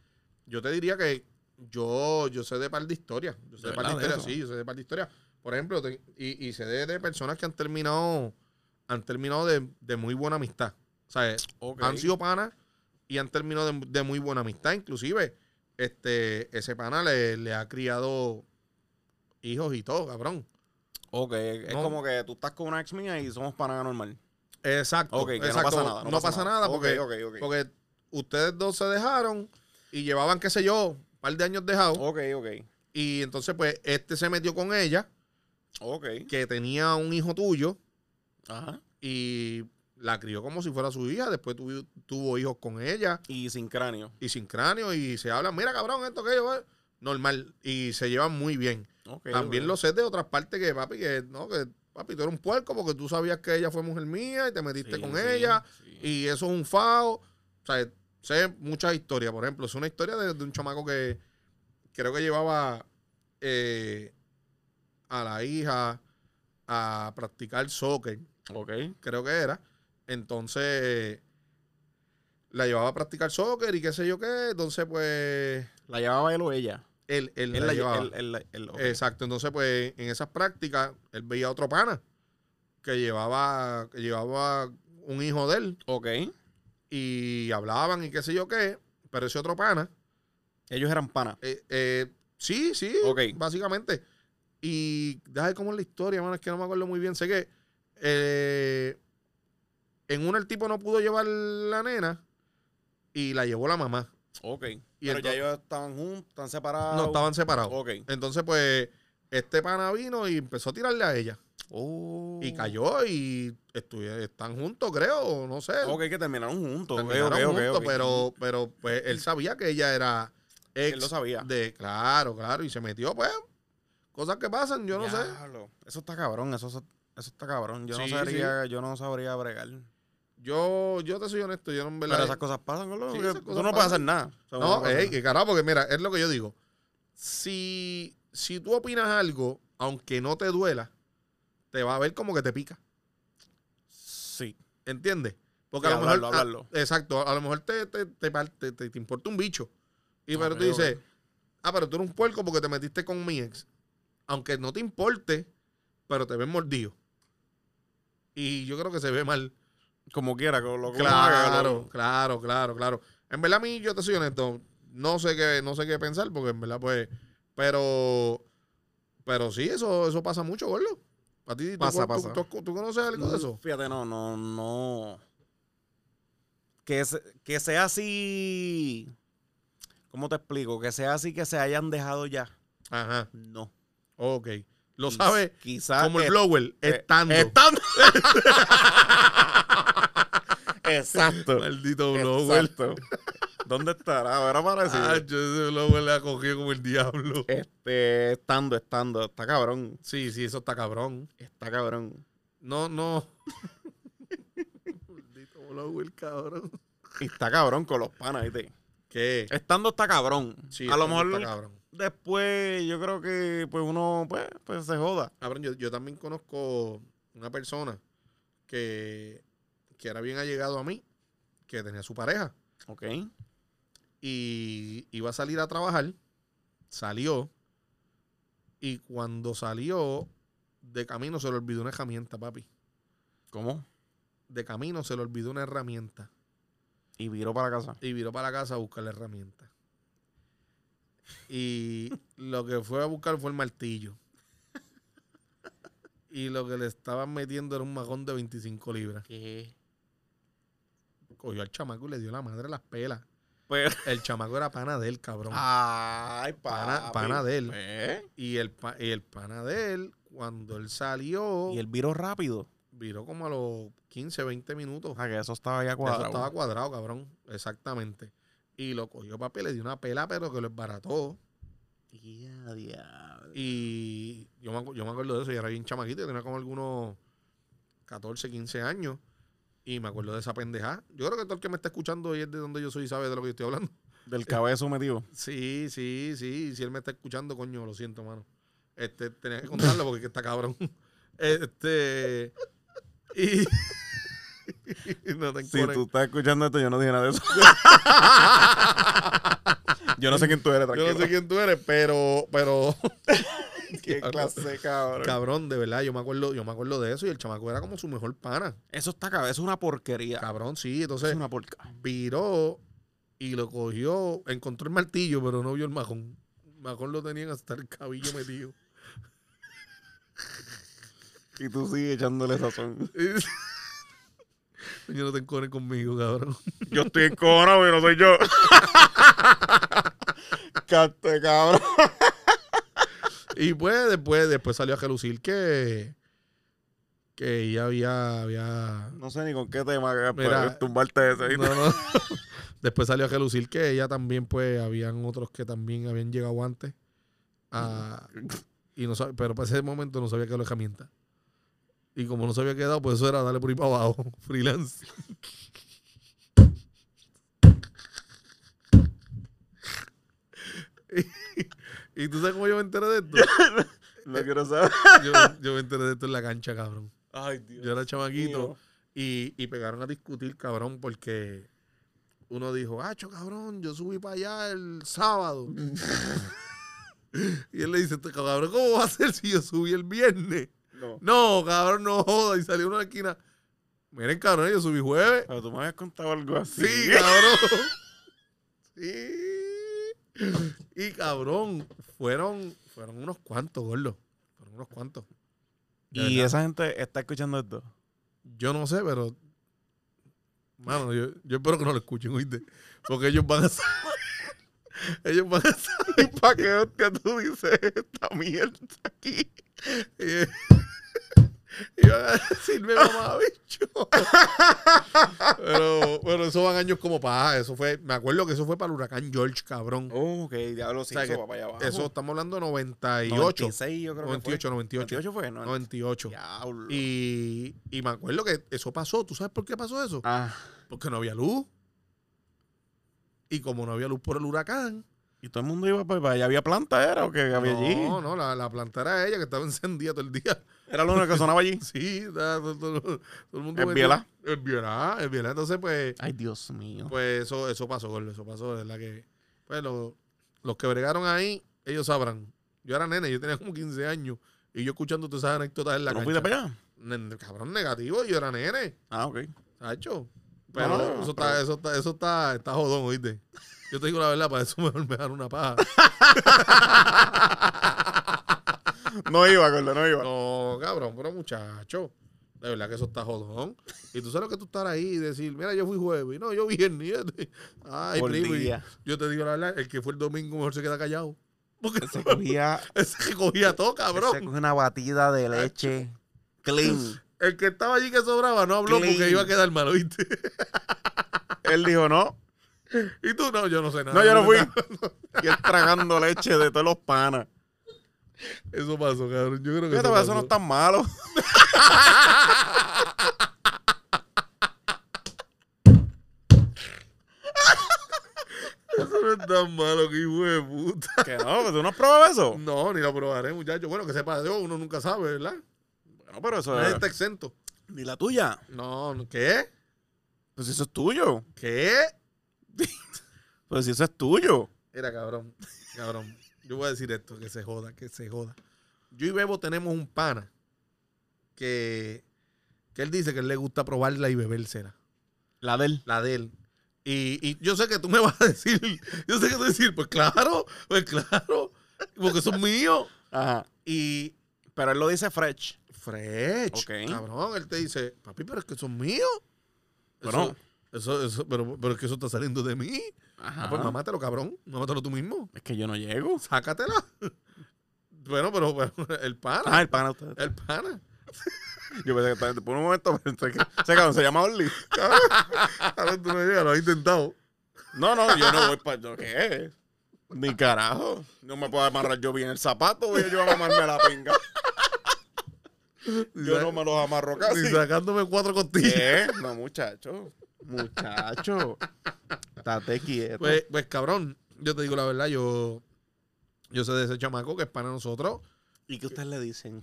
[SPEAKER 1] yo te diría que yo, yo sé de par de historias. Yo sé
[SPEAKER 2] ¿De
[SPEAKER 1] de par de
[SPEAKER 2] verdad de
[SPEAKER 1] historias,
[SPEAKER 2] eso?
[SPEAKER 1] sí, yo sé de par de historias. Por ejemplo, te- y, y sé de, de personas que han terminado, han terminado de, de muy buena amistad. O sea, han sido panas y han terminado de, de muy buena amistad. Inclusive, este, ese pana le, le ha criado hijos y todo, cabrón.
[SPEAKER 2] Ok, es
[SPEAKER 1] No.
[SPEAKER 2] como que tú estás con una ex mía y somos panas anormal.
[SPEAKER 1] Exacto.
[SPEAKER 2] Ok, que no
[SPEAKER 1] exacto.
[SPEAKER 2] pasa nada. No,
[SPEAKER 1] pasa nada porque
[SPEAKER 2] Ok, ok, ok.
[SPEAKER 1] Porque ustedes dos se dejaron y llevaban, qué sé yo, un par de años dejados.
[SPEAKER 2] Ok, ok.
[SPEAKER 1] Y entonces, pues, este se metió con ella,
[SPEAKER 2] Ok.
[SPEAKER 1] que tenía un hijo tuyo,
[SPEAKER 2] Ajá.
[SPEAKER 1] y la crió como si fuera su hija. Después tuvi- tuvo hijos con ella,
[SPEAKER 2] Y sin cráneo.
[SPEAKER 1] y sin cráneo, y se hablan, mira, cabrón, esto que yo... eh", Normal, y se llevan muy bien.
[SPEAKER 2] Ok,
[SPEAKER 1] También
[SPEAKER 2] ok.
[SPEAKER 1] lo sé de otras partes que, papi, que, no, que, papi, tú eres un puerco porque tú sabías que ella fue mujer mía y te metiste
[SPEAKER 2] Sí,
[SPEAKER 1] con
[SPEAKER 2] sí,
[SPEAKER 1] ella.
[SPEAKER 2] sí.
[SPEAKER 1] y eso es un fao. O sea, sé muchas historias. Por ejemplo, es una historia de, de un chamaco que creo que llevaba eh, a la hija a practicar soccer,
[SPEAKER 2] Ok.
[SPEAKER 1] creo que era. Entonces, la llevaba a practicar soccer y qué sé yo qué. Entonces, pues,
[SPEAKER 2] ¿La llevaba él o ella?
[SPEAKER 1] él, él la
[SPEAKER 2] Él la lle-
[SPEAKER 1] llevaba.
[SPEAKER 2] él- él la- él- ok.
[SPEAKER 1] Exacto. Entonces, pues, en esas prácticas, él veía a otro pana que llevaba, que llevaba un hijo de él
[SPEAKER 2] Ok.
[SPEAKER 1] y hablaban y qué sé yo qué, pero ese otro pana,
[SPEAKER 2] Ellos eran panas.
[SPEAKER 1] eh, eh, sí, sí,
[SPEAKER 2] Ok.
[SPEAKER 1] básicamente. Y déjame ver cómo es la historia, mano, es que no me acuerdo muy bien. Sé que eh, en una el tipo no pudo llevar la nena y la llevó la mamá.
[SPEAKER 2] Ok.
[SPEAKER 1] Y
[SPEAKER 2] Pero
[SPEAKER 1] entonces-
[SPEAKER 2] ya ellos estaban juntos, están separados.
[SPEAKER 1] No, estaban separados.
[SPEAKER 2] Ok.
[SPEAKER 1] Entonces, pues, este pana vino y empezó a tirarle a ella. Y
[SPEAKER 2] Uh.
[SPEAKER 1] cayó y estuvi- están juntos, creo, o no sé.
[SPEAKER 2] Ok, que terminaron juntos. Ok,
[SPEAKER 1] Terminaron
[SPEAKER 2] ok, ok,
[SPEAKER 1] juntos,
[SPEAKER 2] ok.
[SPEAKER 1] pero, pero pues, él sabía que ella era ex
[SPEAKER 2] Él lo sabía.
[SPEAKER 1] de, claro, claro, y se metió, pues, cosas que pasan, yo no sé.
[SPEAKER 2] Diablo. Eso está cabrón, eso, eso está cabrón. Yo no
[SPEAKER 1] Sí,
[SPEAKER 2] sabría, yo no sabría bregar.
[SPEAKER 1] Yo, yo te soy honesto, yo no me
[SPEAKER 2] Pero esas cosas pasan, gordo,
[SPEAKER 1] Sí,
[SPEAKER 2] porque
[SPEAKER 1] esas
[SPEAKER 2] Tú
[SPEAKER 1] cosas
[SPEAKER 2] no puedes
[SPEAKER 1] pasan.
[SPEAKER 2] hacer nada. O sea, uno
[SPEAKER 1] No,
[SPEAKER 2] puede
[SPEAKER 1] ey,
[SPEAKER 2] hacer
[SPEAKER 1] que carajo, porque mira, es lo que yo digo. Si, si tú opinas algo, aunque no te duela, te va a ver como que te pica.
[SPEAKER 2] nada. Sí.
[SPEAKER 1] ¿Entiendes? Porque
[SPEAKER 2] Sí,
[SPEAKER 1] a lo
[SPEAKER 2] hablarlo,
[SPEAKER 1] mejor. a-
[SPEAKER 2] hablarlo.
[SPEAKER 1] exacto, a lo mejor te, te, te, par- te- te- te importa un bicho. Y pero
[SPEAKER 2] Ok,
[SPEAKER 1] tú dices,
[SPEAKER 2] ok.
[SPEAKER 1] ah, pero tú eres un puerco porque te metiste con mi ex. Aunque no te importe, pero te ven mordido. Y yo creo que se ve mal.
[SPEAKER 2] Como quiera, con lo que uno haga,
[SPEAKER 1] Claro,
[SPEAKER 2] lo-
[SPEAKER 1] claro, claro, claro. En verdad, a mí, yo te soy honesto, no sé qué, no sé qué pensar, porque en verdad, pues, pero, pero sí, eso, eso pasa mucho, gordo. A ti, tú-
[SPEAKER 2] Pasa,
[SPEAKER 1] tú,
[SPEAKER 2] pasa.
[SPEAKER 1] tú- tú conoces algo de eso?
[SPEAKER 2] Fíjate, no, no, no. Que, se- que sea así. ¿Cómo te explico? Que sea así que se hayan dejado ya.
[SPEAKER 1] Ajá,
[SPEAKER 2] No.
[SPEAKER 1] ok. Lo
[SPEAKER 2] Quiz-
[SPEAKER 1] sabes,
[SPEAKER 2] Quizás.
[SPEAKER 1] como el
[SPEAKER 2] es-
[SPEAKER 1] blower,
[SPEAKER 2] Mm. eh,
[SPEAKER 1] estando. *laughs*
[SPEAKER 2] estando. *laughs* Exacto.
[SPEAKER 1] Maldito blower.
[SPEAKER 2] Exacto. *laughs* ¿Dónde estará? Habrá aparecido.
[SPEAKER 1] Ah, yo ese blower le ha cogido como el diablo.
[SPEAKER 2] Este, estando, estando. Está cabrón.
[SPEAKER 1] Sí, sí, eso está cabrón.
[SPEAKER 2] Está cabrón.
[SPEAKER 1] No,
[SPEAKER 2] *laughs*
[SPEAKER 1] no. Maldito blower, cabrón.
[SPEAKER 2] Y está cabrón con los panas, ¿viste?
[SPEAKER 1] ¿Qué?
[SPEAKER 2] Estando está cabrón.
[SPEAKER 1] Sí,
[SPEAKER 2] Eh, a lo
[SPEAKER 1] eso está
[SPEAKER 2] mejor
[SPEAKER 1] cabrón.
[SPEAKER 2] después yo creo que pues uno pues, pues se joda.
[SPEAKER 1] Cabrón, yo, yo también conozco una persona que, que era bien allegado a mí, que tenía su pareja
[SPEAKER 2] Ok.
[SPEAKER 1] y iba a salir a trabajar, salió Y cuando salió de camino se le olvidó una herramienta, papi.
[SPEAKER 2] ¿Cómo?
[SPEAKER 1] De camino se le olvidó una herramienta.
[SPEAKER 2] Y viró para casa.
[SPEAKER 1] Y viró para la casa a buscar la herramienta. Y lo que fue a buscar fue el martillo. Y lo que le estaban metiendo era un majón de 25 libras.
[SPEAKER 4] ¿Qué?
[SPEAKER 1] Cogió al chamaco y le dio la madre las pelas.
[SPEAKER 2] *laughs* Pero-
[SPEAKER 1] El chamaco era pana de él, cabrón.
[SPEAKER 2] Ah. Ay,
[SPEAKER 1] Pana-
[SPEAKER 2] papi.
[SPEAKER 1] pana de él.
[SPEAKER 2] ¿Eh?
[SPEAKER 1] Y, el pa- y el pana de él, cuando él salió,
[SPEAKER 2] Y el viró rápido.
[SPEAKER 1] viró como a los 15, 20 minutos.
[SPEAKER 2] O sea, que eso estaba ya
[SPEAKER 1] Eso
[SPEAKER 2] cuadrado.
[SPEAKER 1] estaba cuadrado, cabrón. Exactamente. Y lo cogió papi, le dio una pela, pero que lo embarató.
[SPEAKER 4] Ya, diablo.
[SPEAKER 1] Y yo me, acu- yo me acuerdo de eso. Y era bien chamaquito, yo tenía como algunos 14, 15 años. Y me acuerdo de esa pendejada. Yo creo que todo el que me está escuchando hoy es de donde yo soy y sabe de lo que yo estoy hablando.
[SPEAKER 2] Del cabezo metido.
[SPEAKER 1] Sí, sí, sí. Si él me está escuchando, coño, lo siento, mano. Este, tenía que contarlo porque es que está cabrón. *laughs* Este. Y. *laughs* no te
[SPEAKER 2] Si
[SPEAKER 1] encojones.
[SPEAKER 2] tú estás escuchando esto, yo no dije nada de *laughs* eso. yo no sé quién tú eres,
[SPEAKER 1] Yo
[SPEAKER 2] tranquilo.
[SPEAKER 1] no sé quién tú eres, pero,
[SPEAKER 2] *laughs*
[SPEAKER 1] pero,
[SPEAKER 2] qué clase, cabrón.
[SPEAKER 1] cabrón, de verdad, yo me acuerdo, yo me acuerdo de eso y el chamaco era como su mejor pana.
[SPEAKER 2] Eso está cabrón, es una porquería.
[SPEAKER 1] Cabrón, sí.
[SPEAKER 2] es
[SPEAKER 1] Entonces
[SPEAKER 2] una porca.
[SPEAKER 1] viró y lo cogió, encontró el martillo, pero no vio el majón. El majón lo tenían hasta el cabillo metido. *laughs*
[SPEAKER 2] Y tú sigues echándole sazón.
[SPEAKER 1] Yo no te encojones conmigo, cabrón.
[SPEAKER 2] *laughs* Yo estoy en coro, no soy yo. *laughs* Cante, cabrón.
[SPEAKER 1] Y pues después, después salió a relucir que que ella había, había
[SPEAKER 2] No sé ni con qué tema que-
[SPEAKER 1] Mira,
[SPEAKER 2] tumbarte ese. ¿viste?
[SPEAKER 1] No, *laughs* no. Después salió a relucir que ella también, pues, habían otros que también habían llegado antes. a- y no sab- pero para ese momento no sabía que era la herramienta. Y como no se había quedado, pues eso era darle por ahí para abajo. *laughs* Freelance. y, y tú sabes cómo yo me enteré de esto.
[SPEAKER 2] No quiero saber.
[SPEAKER 1] Yo, yo me enteré de esto en la cancha, cabrón.
[SPEAKER 2] Ay,
[SPEAKER 1] Yo era chamaquito.
[SPEAKER 2] mío.
[SPEAKER 1] Y, y pegaron a discutir, cabrón, porque uno dijo, Acho, cabrón, yo subí para allá el sábado.
[SPEAKER 2] Mm.
[SPEAKER 1] *laughs* y él le dice, "Este cabrón, ¿cómo va a ser si yo subí el viernes?
[SPEAKER 2] No.
[SPEAKER 1] No, cabrón, no joda. Y salió una esquina. Miren, cabrón, yo subí jueves.
[SPEAKER 2] Pero tú me habías contado algo así.
[SPEAKER 1] Sí,
[SPEAKER 2] *laughs*
[SPEAKER 1] cabrón. sí. Y cabrón, fueron, fueron unos cuantos, gordo. Fueron unos cuantos. De
[SPEAKER 2] Y
[SPEAKER 1] verdad.
[SPEAKER 2] esa gente está escuchando esto.
[SPEAKER 1] Yo no sé, pero. Mano, yo, yo espero que no lo escuchen, oíste. Porque ellos van a saber. *laughs* ellos van a saber.
[SPEAKER 2] ¿Para qué hostia tú dices esta mierda aquí?
[SPEAKER 1] Y, y van a decirme mamá, bicho. pero, pero eso van años como para. Eso fue. Me acuerdo que eso fue para el huracán George, cabrón.
[SPEAKER 2] Oh, ok, diablo, sí,
[SPEAKER 1] O sea
[SPEAKER 2] eso
[SPEAKER 1] que
[SPEAKER 2] va para allá abajo.
[SPEAKER 1] Eso estamos hablando 98.
[SPEAKER 2] 96, yo creo
[SPEAKER 1] 98,
[SPEAKER 2] que
[SPEAKER 1] 98.
[SPEAKER 2] 98 fue, ¿no?
[SPEAKER 1] 98.
[SPEAKER 2] Diablo.
[SPEAKER 1] Y, y me acuerdo que eso pasó. ¿Tú sabes por qué pasó eso?
[SPEAKER 2] Ah,
[SPEAKER 1] Porque no había luz. Y como no había luz por el huracán.
[SPEAKER 2] y todo el mundo iba para allá. ¿Había planta era o qué había allí?
[SPEAKER 1] No, no, la, la planta era ella que estaba *laughs* encendida todo el día.
[SPEAKER 2] Era lo único que sonaba allí.
[SPEAKER 1] Sí, estaba todo, todo- todo el mundo.
[SPEAKER 2] Es biela.
[SPEAKER 1] Es biela, es biela. Entonces, pues,
[SPEAKER 2] *laughs* Ay, Dios mío.
[SPEAKER 1] pues eso, eso pasó, gordo, eso pasó, de verdad que. Pues lo- los que bregaron ahí, ellos sabrán. Yo era nene, yo tenía como 15 años. Y yo escuchando todas esas anécdotas en la
[SPEAKER 2] ¿Tú ¿No fuiste
[SPEAKER 1] cancha.
[SPEAKER 2] para allá?
[SPEAKER 1] Ne- Cabrón negativo, yo era nene.
[SPEAKER 2] Ah, ok.
[SPEAKER 1] Sacho. Pero
[SPEAKER 2] No, no, no,
[SPEAKER 1] eso, está,
[SPEAKER 2] pero-
[SPEAKER 1] eso está, eso está, está jodón, oíste. Yo te digo la verdad, para eso mejor me dan una
[SPEAKER 2] *laughs*
[SPEAKER 1] paja.
[SPEAKER 2] *laughs* No iba, gordo, no iba.
[SPEAKER 1] No, cabrón, pero muchacho. De verdad que eso está jodón. Y tú sabes lo que tú estar ahí y decir, mira, yo fui jueves. No, yo viernes. Ay,
[SPEAKER 2] Por
[SPEAKER 1] primo, y
[SPEAKER 2] *laughs* día.
[SPEAKER 1] Yo te digo la verdad, el que fue el domingo mejor se queda callado. Porque
[SPEAKER 2] Se cogía,
[SPEAKER 1] *laughs* ese que cogía todo,
[SPEAKER 2] se
[SPEAKER 1] cabrón.
[SPEAKER 2] cogía una batida de leche. Clean.
[SPEAKER 1] El que estaba allí que sobraba no habló
[SPEAKER 2] Clean.
[SPEAKER 1] porque iba a quedar mal, ¿oíste?
[SPEAKER 2] *laughs*
[SPEAKER 1] *laughs*
[SPEAKER 2] Él dijo no.
[SPEAKER 1] Y tú, no, yo no sé nada.
[SPEAKER 2] No, yo no fui.
[SPEAKER 1] sé nada.
[SPEAKER 2] *laughs* Y él tragando leche de todos los *laughs* panas.
[SPEAKER 1] Eso pasó, cabrón. Yo creo que
[SPEAKER 2] Fíjate,
[SPEAKER 1] eso
[SPEAKER 2] pero eso
[SPEAKER 1] pasó.
[SPEAKER 2] no es tan malo.
[SPEAKER 1] *laughs*
[SPEAKER 2] *laughs*
[SPEAKER 1] Eso no es tan malo que hijo de puta.
[SPEAKER 2] Que no, pero tú no has probado eso.
[SPEAKER 1] No, ni lo probaré, muchacho. Bueno, que sepa Dios, uno nunca sabe, ¿verdad?
[SPEAKER 2] Bueno, pero eso
[SPEAKER 1] Nadie
[SPEAKER 2] es.
[SPEAKER 1] está exento.
[SPEAKER 2] Ni la tuya.
[SPEAKER 1] No, no, ¿qué?
[SPEAKER 2] Pues eso es tuyo.
[SPEAKER 1] ¿Qué?
[SPEAKER 2] Pues si eso es tuyo.
[SPEAKER 1] Era cabrón, cabrón. Yo voy a decir esto, que se joda, que se joda. Yo y Bebo tenemos un pana que, que él dice que él le gusta probarla y bebérsela.
[SPEAKER 2] La del.
[SPEAKER 1] La de él. Y, y yo sé que tú me vas a decir, yo sé que tú vas a decir, pues claro, pues claro, porque son míos.
[SPEAKER 2] Ajá.
[SPEAKER 1] Y
[SPEAKER 2] Pero él lo dice fresh.
[SPEAKER 1] Fresh,
[SPEAKER 2] Ok.
[SPEAKER 1] cabrón, él te dice, papi, pero es que son míos.
[SPEAKER 2] Bueno.
[SPEAKER 1] Eso, eso, eso- pero, pero es que eso está saliendo de mí. Ah,
[SPEAKER 2] Ajá.
[SPEAKER 1] pues mamátelo, cabrón. Mamátelo tú mismo.
[SPEAKER 2] es que yo no llego.
[SPEAKER 1] Sácatela. bueno, pero, pero *laughs* el pana.
[SPEAKER 2] Ah, el pana. usted-
[SPEAKER 1] El pana.
[SPEAKER 2] *laughs*
[SPEAKER 1] *laughs*
[SPEAKER 2] Yo pensé que estaba- por un momento *laughs* pensé que se, cabrón, se llama Orly.
[SPEAKER 1] Cabrón, tú no llegas, lo has intentado.
[SPEAKER 2] No, no, yo no voy para. ¿Qué? Ni carajo. No me puedo amarrar yo bien el zapato, voy yo a mamarme la pinga. *laughs* Yo no Eh, me los amarro
[SPEAKER 1] Ni
[SPEAKER 2] casi.
[SPEAKER 1] sacándome cuatro costillas.
[SPEAKER 2] ¿Qué? No, muchacho.
[SPEAKER 4] Muchacho, estate quieto.
[SPEAKER 1] *laughs* Pues, pues, cabrón, yo te digo la verdad, yo, yo sé de ese chamaco que es para nosotros.
[SPEAKER 4] ¿Y qué ustedes le dicen?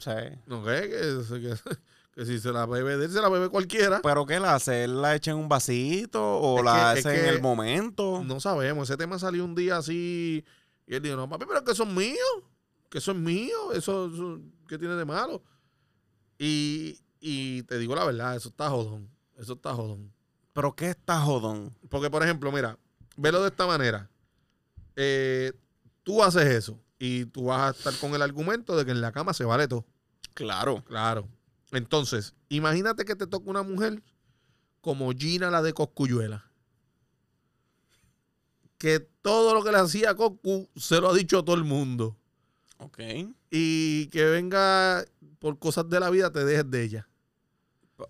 [SPEAKER 1] No sé, que, *laughs* que- que si se la bebe de él, se la bebe cualquiera.
[SPEAKER 2] ¿Pero qué la hace? ¿Él la echa en un vasito o
[SPEAKER 1] Es
[SPEAKER 2] la
[SPEAKER 1] que- es
[SPEAKER 2] hace en
[SPEAKER 1] que-
[SPEAKER 2] el momento?
[SPEAKER 1] No sabemos, ese tema salió un día así. Y él dijo, no, papi, pero que son míos. Que eso es mío. Eso, eso ¿qué tiene de malo? Y, y te digo la verdad, eso está jodón. Eso está jodón.
[SPEAKER 2] ¿Pero qué está jodón?
[SPEAKER 1] Porque, por ejemplo, mira, velo de esta manera. Eh, tú haces eso y tú vas a estar con el argumento de que en la cama se vale todo.
[SPEAKER 2] Claro.
[SPEAKER 1] Claro. Entonces, imagínate que te toca una mujer como Gina, la de Coscuyuela. Que todo lo que le hacía a Coscu se lo ha dicho a todo el mundo.
[SPEAKER 2] Ok.
[SPEAKER 1] Y que venga por cosas de la vida, te dejes de ella.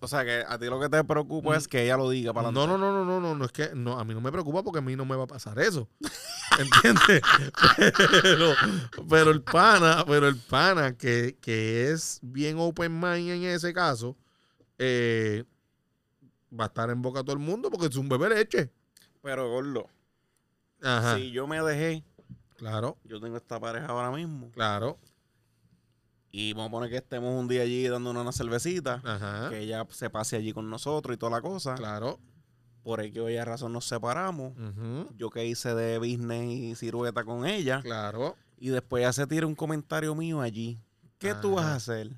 [SPEAKER 2] O sea, que a ti lo que te preocupa
[SPEAKER 1] Mm.
[SPEAKER 2] es que ella lo diga para
[SPEAKER 1] No, no, no, no, no, no, no, es que no, a mí no me preocupa porque a mí no me va a pasar eso. *laughs* ¿Entiendes? pero, pero el pana, pero el pana que, que es bien open mind en ese caso, eh, va a estar en boca a todo el mundo porque es un bebé leche.
[SPEAKER 2] Pero, Gordo,
[SPEAKER 1] Ajá.
[SPEAKER 2] si yo me dejé,
[SPEAKER 1] Claro,
[SPEAKER 2] yo tengo esta pareja ahora mismo.
[SPEAKER 1] claro.
[SPEAKER 2] Y vamos a poner que estemos un día allí dándonos una cervecita.
[SPEAKER 1] Ajá.
[SPEAKER 2] Que ella se pase allí con nosotros y toda la cosa.
[SPEAKER 1] Claro.
[SPEAKER 2] Por X o Y razón nos separamos.
[SPEAKER 1] ujú,
[SPEAKER 2] Yo que hice de business y cirueta con ella.
[SPEAKER 1] Claro.
[SPEAKER 2] Y después hace tira un comentario mío allí. ¿Qué tú vas
[SPEAKER 1] Ajá.
[SPEAKER 2] a hacer?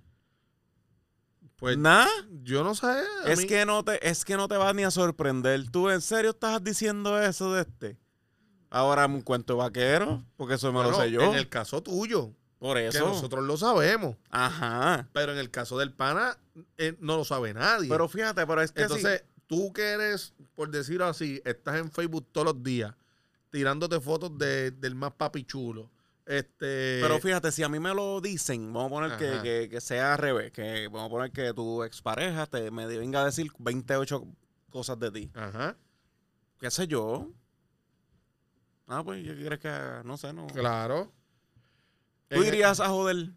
[SPEAKER 1] Pues
[SPEAKER 2] Nada.
[SPEAKER 1] yo no sé. a
[SPEAKER 2] Es
[SPEAKER 1] mí-
[SPEAKER 2] que no te, es que no te vas ni a sorprender. ¿Tú en serio estás diciendo eso de este? Ahora un cuento vaquero, porque eso me
[SPEAKER 1] bueno,
[SPEAKER 2] lo sé yo.
[SPEAKER 1] En el caso tuyo,
[SPEAKER 2] Por
[SPEAKER 1] que
[SPEAKER 2] eso.
[SPEAKER 1] nosotros lo sabemos,
[SPEAKER 2] Ajá.
[SPEAKER 1] pero en el caso del pana eh, no lo sabe nadie.
[SPEAKER 2] Pero fíjate, pero es que eh,
[SPEAKER 1] Entonces, tú que eres, por decirlo así, estás en Facebook todos los días tirándote fotos de- del más papi chulo. Este,
[SPEAKER 2] si- pero fíjate, si a mí me lo dicen, vamos a poner que,
[SPEAKER 1] Ajá.
[SPEAKER 2] que- que sea al revés, que vamos a poner que tu expareja te me venga a decir 28 cosas de ti.
[SPEAKER 1] Ajá,
[SPEAKER 2] ¿Qué sé yo? Ah, pues, ¿qué crees que haga? No sé, no.
[SPEAKER 1] claro.
[SPEAKER 2] Tú
[SPEAKER 1] En-
[SPEAKER 2] irías a joder.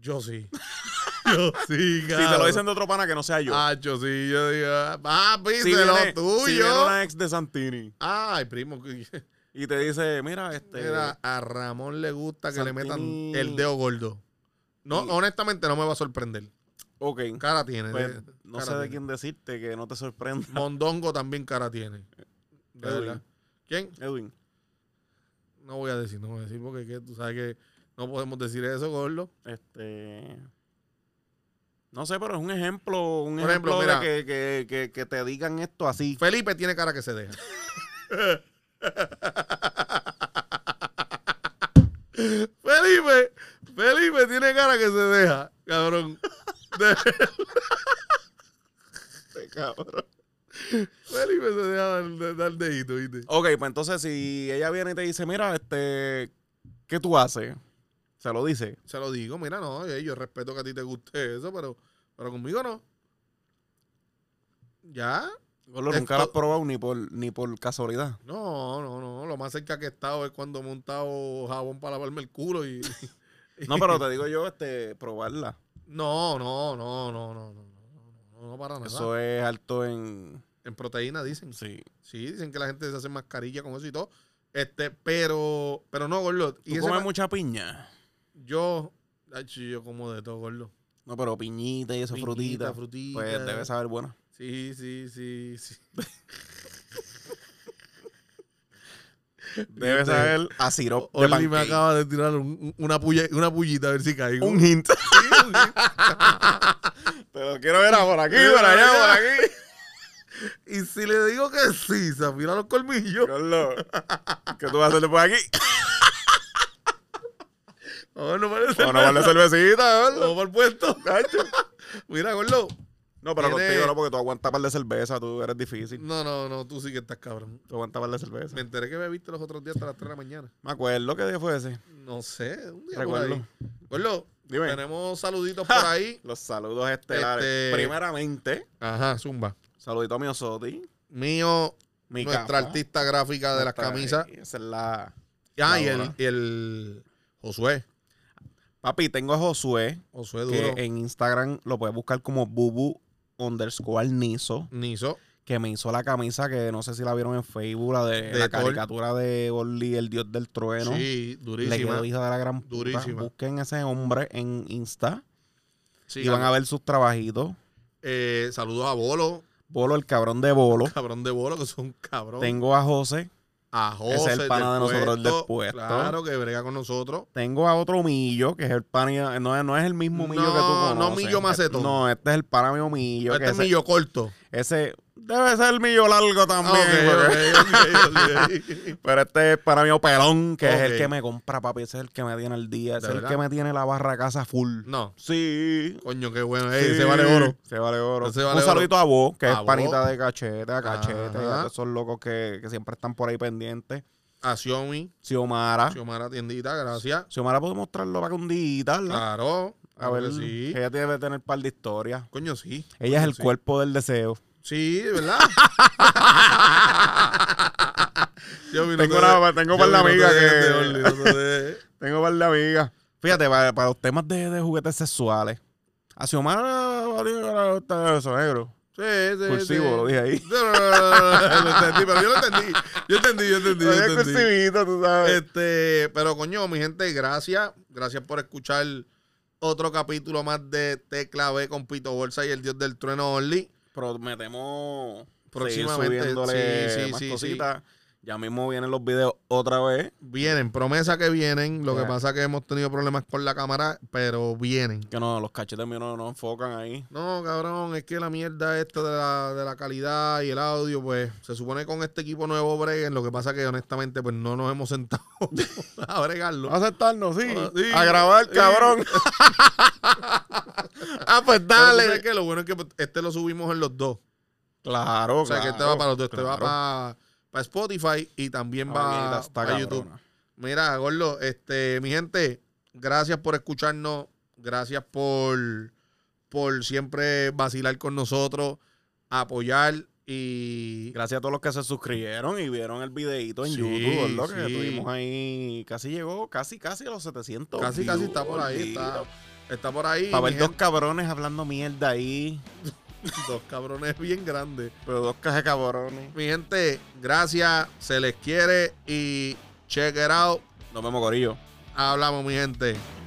[SPEAKER 1] Yo sí. *laughs* yo sí,
[SPEAKER 2] Si te lo dicen de otro pana que no sea yo.
[SPEAKER 1] Ah, yo sí, yo digo, ah, *laughs* papi,
[SPEAKER 2] si
[SPEAKER 1] de
[SPEAKER 2] viene-
[SPEAKER 1] lo
[SPEAKER 2] Si viene
[SPEAKER 1] tuyo.
[SPEAKER 2] una ex de Santini.
[SPEAKER 1] Ay, primo, que-
[SPEAKER 2] y te dice, mira, este,
[SPEAKER 1] *laughs* mira, a Ramón le gusta que le
[SPEAKER 2] Santini.
[SPEAKER 1] metan el dedo gordo. No,
[SPEAKER 2] Y-
[SPEAKER 1] honestamente no me va a sorprender.
[SPEAKER 2] ok,
[SPEAKER 1] Cara tiene.
[SPEAKER 2] pues,
[SPEAKER 1] de-
[SPEAKER 2] no
[SPEAKER 1] cara
[SPEAKER 2] sé de
[SPEAKER 1] tiene.
[SPEAKER 2] quién decirte que no te sorprenda,
[SPEAKER 1] Mondongo también cara tiene. *laughs* De
[SPEAKER 2] Edwin.
[SPEAKER 1] verdad. ¿Quién?
[SPEAKER 2] Edwin.
[SPEAKER 1] No voy a decir, no voy a decir porque que tú sabes que no podemos decir eso, Gordo.
[SPEAKER 2] Este, no sé, pero es un ejemplo, un
[SPEAKER 1] Por ejemplo,
[SPEAKER 2] ejemplo,
[SPEAKER 1] mira.
[SPEAKER 2] de que, que, que, que te digan esto así.
[SPEAKER 1] Felipe tiene cara que se deja. *laughs* Felipe, Felipe tiene cara que se deja, cabrón. De- *laughs* Este Felipe se deja dar, de- dar dedito, ¿viste?
[SPEAKER 2] Ok, pues entonces si ella viene y te dice, mira, este, ¿qué tú haces? Se lo dice.
[SPEAKER 1] Se lo digo, mira, no, eh, yo respeto que a ti te guste eso, pero, pero conmigo no. ¿Ya?
[SPEAKER 2] Gordo,
[SPEAKER 1] Es
[SPEAKER 2] nunca lo has
[SPEAKER 1] to-
[SPEAKER 2] probado ni por, ni por casualidad.
[SPEAKER 1] No, no, no. Lo más cerca que he estado es cuando he montado jabón para lavarme el culo y... *laughs*
[SPEAKER 2] No, pero te digo yo, este, probarla.
[SPEAKER 1] No, no, no, no, no, no, no, no, no para nada.
[SPEAKER 2] Eso es alto en...
[SPEAKER 1] En proteína dicen.
[SPEAKER 2] Sí.
[SPEAKER 1] Sí, dicen que la gente se hace mascarilla con eso y todo. Este, pero, pero no, Gordo.
[SPEAKER 2] ¿Tú
[SPEAKER 1] Y ese
[SPEAKER 2] comes
[SPEAKER 1] ma-
[SPEAKER 2] mucha piña?
[SPEAKER 1] Yo, ay, sí, yo como de todo, Gordo.
[SPEAKER 2] No, pero piñita y eso, frutita.
[SPEAKER 1] Piñita, frutita.
[SPEAKER 2] Pues debe saber buena.
[SPEAKER 1] Sí, sí, sí, sí.
[SPEAKER 2] Debe saber Este, a sirop de
[SPEAKER 1] Orly me
[SPEAKER 2] pancake.
[SPEAKER 1] acaba de tirar un- un- una, puya- una pullita a ver si caigo.
[SPEAKER 2] Un hint. *laughs* Te lo quiero ver a por aquí, por allá, por *laughs* aquí.
[SPEAKER 1] Y si le digo que sí, se afila los colmillos.
[SPEAKER 2] Carlos, ¿Qué tú vas a hacer después aquí?
[SPEAKER 1] Oh, no parece.
[SPEAKER 2] *laughs* Bueno, vale cervecita, Carlos.
[SPEAKER 1] Vamos para el puesto. *laughs* Mira, Gordo.
[SPEAKER 2] No, pero
[SPEAKER 1] Tiene-
[SPEAKER 2] contigo no, porque tú aguantas par de cerveza, tú eres difícil.
[SPEAKER 1] No, no, no, tú sí que estás cabrón.
[SPEAKER 2] Tú aguantas par de cerveza.
[SPEAKER 1] Me enteré que bebiste los otros días hasta las 3 de la mañana.
[SPEAKER 2] Me acuerdo que día fue ese.
[SPEAKER 1] No sé, un día
[SPEAKER 2] Recuerdo.
[SPEAKER 1] por ahí. Gordo,
[SPEAKER 2] Dime.
[SPEAKER 1] tenemos saluditos
[SPEAKER 2] Ja.
[SPEAKER 1] por ahí.
[SPEAKER 2] Los saludos estelares.
[SPEAKER 1] Este-
[SPEAKER 2] Primeramente,
[SPEAKER 1] Ajá, Zumba.
[SPEAKER 2] saludito a Miosotti.
[SPEAKER 1] Mío,
[SPEAKER 2] Mi
[SPEAKER 1] nuestra
[SPEAKER 2] capa.
[SPEAKER 1] artista gráfica de las
[SPEAKER 2] Nuestra- eh,
[SPEAKER 1] camisas.
[SPEAKER 2] Esa es la.
[SPEAKER 1] Ah, y el,
[SPEAKER 2] Laura.
[SPEAKER 1] y el Josué.
[SPEAKER 2] Papi, tengo a Josué,
[SPEAKER 1] Josué
[SPEAKER 2] que eh,
[SPEAKER 1] Duro.
[SPEAKER 2] en Instagram lo puedes buscar como bubu underscore niso,
[SPEAKER 1] Niso.
[SPEAKER 2] que me hizo la camisa que no sé si la vieron en Facebook, la de,
[SPEAKER 1] De
[SPEAKER 2] la
[SPEAKER 1] Thor.
[SPEAKER 2] caricatura de Orly, el dios del trueno.
[SPEAKER 1] Sí,
[SPEAKER 2] Le
[SPEAKER 1] durísima.
[SPEAKER 2] quedó hija de la gran puta.
[SPEAKER 1] Durísima.
[SPEAKER 2] Busquen ese hombre en Insta
[SPEAKER 1] Sí,
[SPEAKER 2] y van a ver sus trabajitos.
[SPEAKER 1] eh, saludos a Bolo,
[SPEAKER 2] Bolo, el cabrón de Bolo.
[SPEAKER 1] cabrón de Bolo, que es un cabrón.
[SPEAKER 2] Tengo a José.
[SPEAKER 1] a José.
[SPEAKER 2] Ese es el pana de
[SPEAKER 1] del
[SPEAKER 2] nosotros, el del
[SPEAKER 1] puesto,
[SPEAKER 2] puesto.
[SPEAKER 1] Claro, que brega con nosotros.
[SPEAKER 2] Tengo a otro millo, que es el pana. No, es- no es el mismo millo que tú
[SPEAKER 1] No,
[SPEAKER 2] conoces.
[SPEAKER 1] no Millo Macetón.
[SPEAKER 2] No, este es el pana mío millo.
[SPEAKER 1] este
[SPEAKER 2] que
[SPEAKER 1] es
[SPEAKER 2] ese-
[SPEAKER 1] millo corto.
[SPEAKER 2] Ese debe ser el millo largo
[SPEAKER 1] Ah,
[SPEAKER 2] también.
[SPEAKER 1] ok,
[SPEAKER 2] porque-
[SPEAKER 1] ok, ok, ok.
[SPEAKER 2] Pero este es para mí o pelón, que es
[SPEAKER 1] Ok.
[SPEAKER 2] el que me compra, papi. Ese es el que me tiene el día. Ese
[SPEAKER 1] ¿De
[SPEAKER 2] es el
[SPEAKER 1] verdad?
[SPEAKER 2] que me tiene la barra casa full.
[SPEAKER 1] No,
[SPEAKER 2] Sí.
[SPEAKER 1] coño, qué bueno. Ey,
[SPEAKER 2] sí,
[SPEAKER 1] Se vale oro.
[SPEAKER 2] Se vale oro.
[SPEAKER 1] Ese vale
[SPEAKER 2] Un saludito a vos, que
[SPEAKER 1] A
[SPEAKER 2] es
[SPEAKER 1] vos.
[SPEAKER 2] panita de cachete, a cachete. y a
[SPEAKER 1] Ajá.
[SPEAKER 2] todos esos locos que, que siempre están por ahí pendientes.
[SPEAKER 1] A Xiaomi,
[SPEAKER 2] Xiomara.
[SPEAKER 1] Xiomara Tiendita, gracias.
[SPEAKER 2] Xiomara puede mostrarlo para que un día y tal, ¿no?
[SPEAKER 1] Claro,
[SPEAKER 2] A
[SPEAKER 1] claro
[SPEAKER 2] ver,
[SPEAKER 1] que Ah, pues sí.
[SPEAKER 2] ella debe tener par de historias.
[SPEAKER 1] Coño, sí.
[SPEAKER 2] Ella es
[SPEAKER 1] coño,
[SPEAKER 2] el
[SPEAKER 1] sí.
[SPEAKER 2] cuerpo del deseo.
[SPEAKER 1] Sí, de
[SPEAKER 2] *laughs*
[SPEAKER 1] ¿verdad? Xiaomi, no
[SPEAKER 2] Tengo
[SPEAKER 1] te
[SPEAKER 2] una-
[SPEAKER 1] de-
[SPEAKER 2] tengo par
[SPEAKER 1] Xiaomi, no
[SPEAKER 2] de
[SPEAKER 1] te
[SPEAKER 2] amigas
[SPEAKER 1] dejes
[SPEAKER 2] que-
[SPEAKER 1] de Orly, no te dejes.
[SPEAKER 2] Tengo par de amigas. Fíjate, para, para los temas de, de juguetes sexuales. ah, A Xiomara le gusta eso, negro.
[SPEAKER 1] Sí, sí,
[SPEAKER 2] Cursivo,
[SPEAKER 1] sí.
[SPEAKER 2] lo dije ahí.
[SPEAKER 1] No, no, no, no, no, lo entendí, pero yo lo entendí. Yo entendí, yo entendí.
[SPEAKER 2] Lo
[SPEAKER 1] yo
[SPEAKER 2] dije
[SPEAKER 1] entendí.
[SPEAKER 2] cursivito, tú sabes.
[SPEAKER 1] Este, pero coño, mi gente, gracias. Gracias por escuchar otro capítulo más de Tecla B con Pito Bolsa y el Dios del Trueno Only.
[SPEAKER 2] Prometemos
[SPEAKER 1] Próximamente,
[SPEAKER 2] próximamente subiéndole
[SPEAKER 1] sí, sí,
[SPEAKER 2] más
[SPEAKER 1] sí, sí.
[SPEAKER 2] cositas. Ya mismo vienen los videos otra vez.
[SPEAKER 1] Vienen, promesa que vienen. Lo que
[SPEAKER 2] Ya.
[SPEAKER 1] pasa que hemos tenido problemas con la cámara, pero vienen.
[SPEAKER 2] Que no, los cachetes míos no, no enfocan ahí.
[SPEAKER 1] No, cabrón, es que la mierda esta de la, de la calidad y el audio, pues se supone que con este equipo nuevo breguen. Lo que pasa que honestamente, pues no nos hemos sentado *laughs* a bregarlo.
[SPEAKER 2] Vamos a sentarnos, sí.
[SPEAKER 1] Ah, sí.
[SPEAKER 2] A grabar,
[SPEAKER 1] Sí.
[SPEAKER 2] cabrón. ah, pues
[SPEAKER 1] Pero tú
[SPEAKER 2] dale.
[SPEAKER 1] sabes que lo bueno es que pues, este lo subimos en los dos.
[SPEAKER 2] Claro,
[SPEAKER 1] O sea, que este va para los dos. Este va para, Spotify y también va para YouTube. Mira, Gordo, este, mi gente, gracias por escucharnos. Gracias por, por siempre vacilar con nosotros, apoyar y...
[SPEAKER 2] Gracias a todos los que se suscribieron y vieron el videito en
[SPEAKER 1] Sí,
[SPEAKER 2] YouTube, lo que
[SPEAKER 1] sí.
[SPEAKER 2] tuvimos ahí, casi llegó, casi, casi a los 700.
[SPEAKER 1] Casi, casi está por ahí. Está,
[SPEAKER 2] Para
[SPEAKER 1] está por ahí. mi
[SPEAKER 2] ver dos
[SPEAKER 1] gente.
[SPEAKER 2] cabrones hablando mierda ahí,
[SPEAKER 1] *laughs* dos cabrones bien grandes.
[SPEAKER 2] pero dos cajas de cabrones.
[SPEAKER 1] Mi gente, gracias, se les quiere y check it out.
[SPEAKER 2] Nos vemos, Corillo.
[SPEAKER 1] Hablamos, mi gente.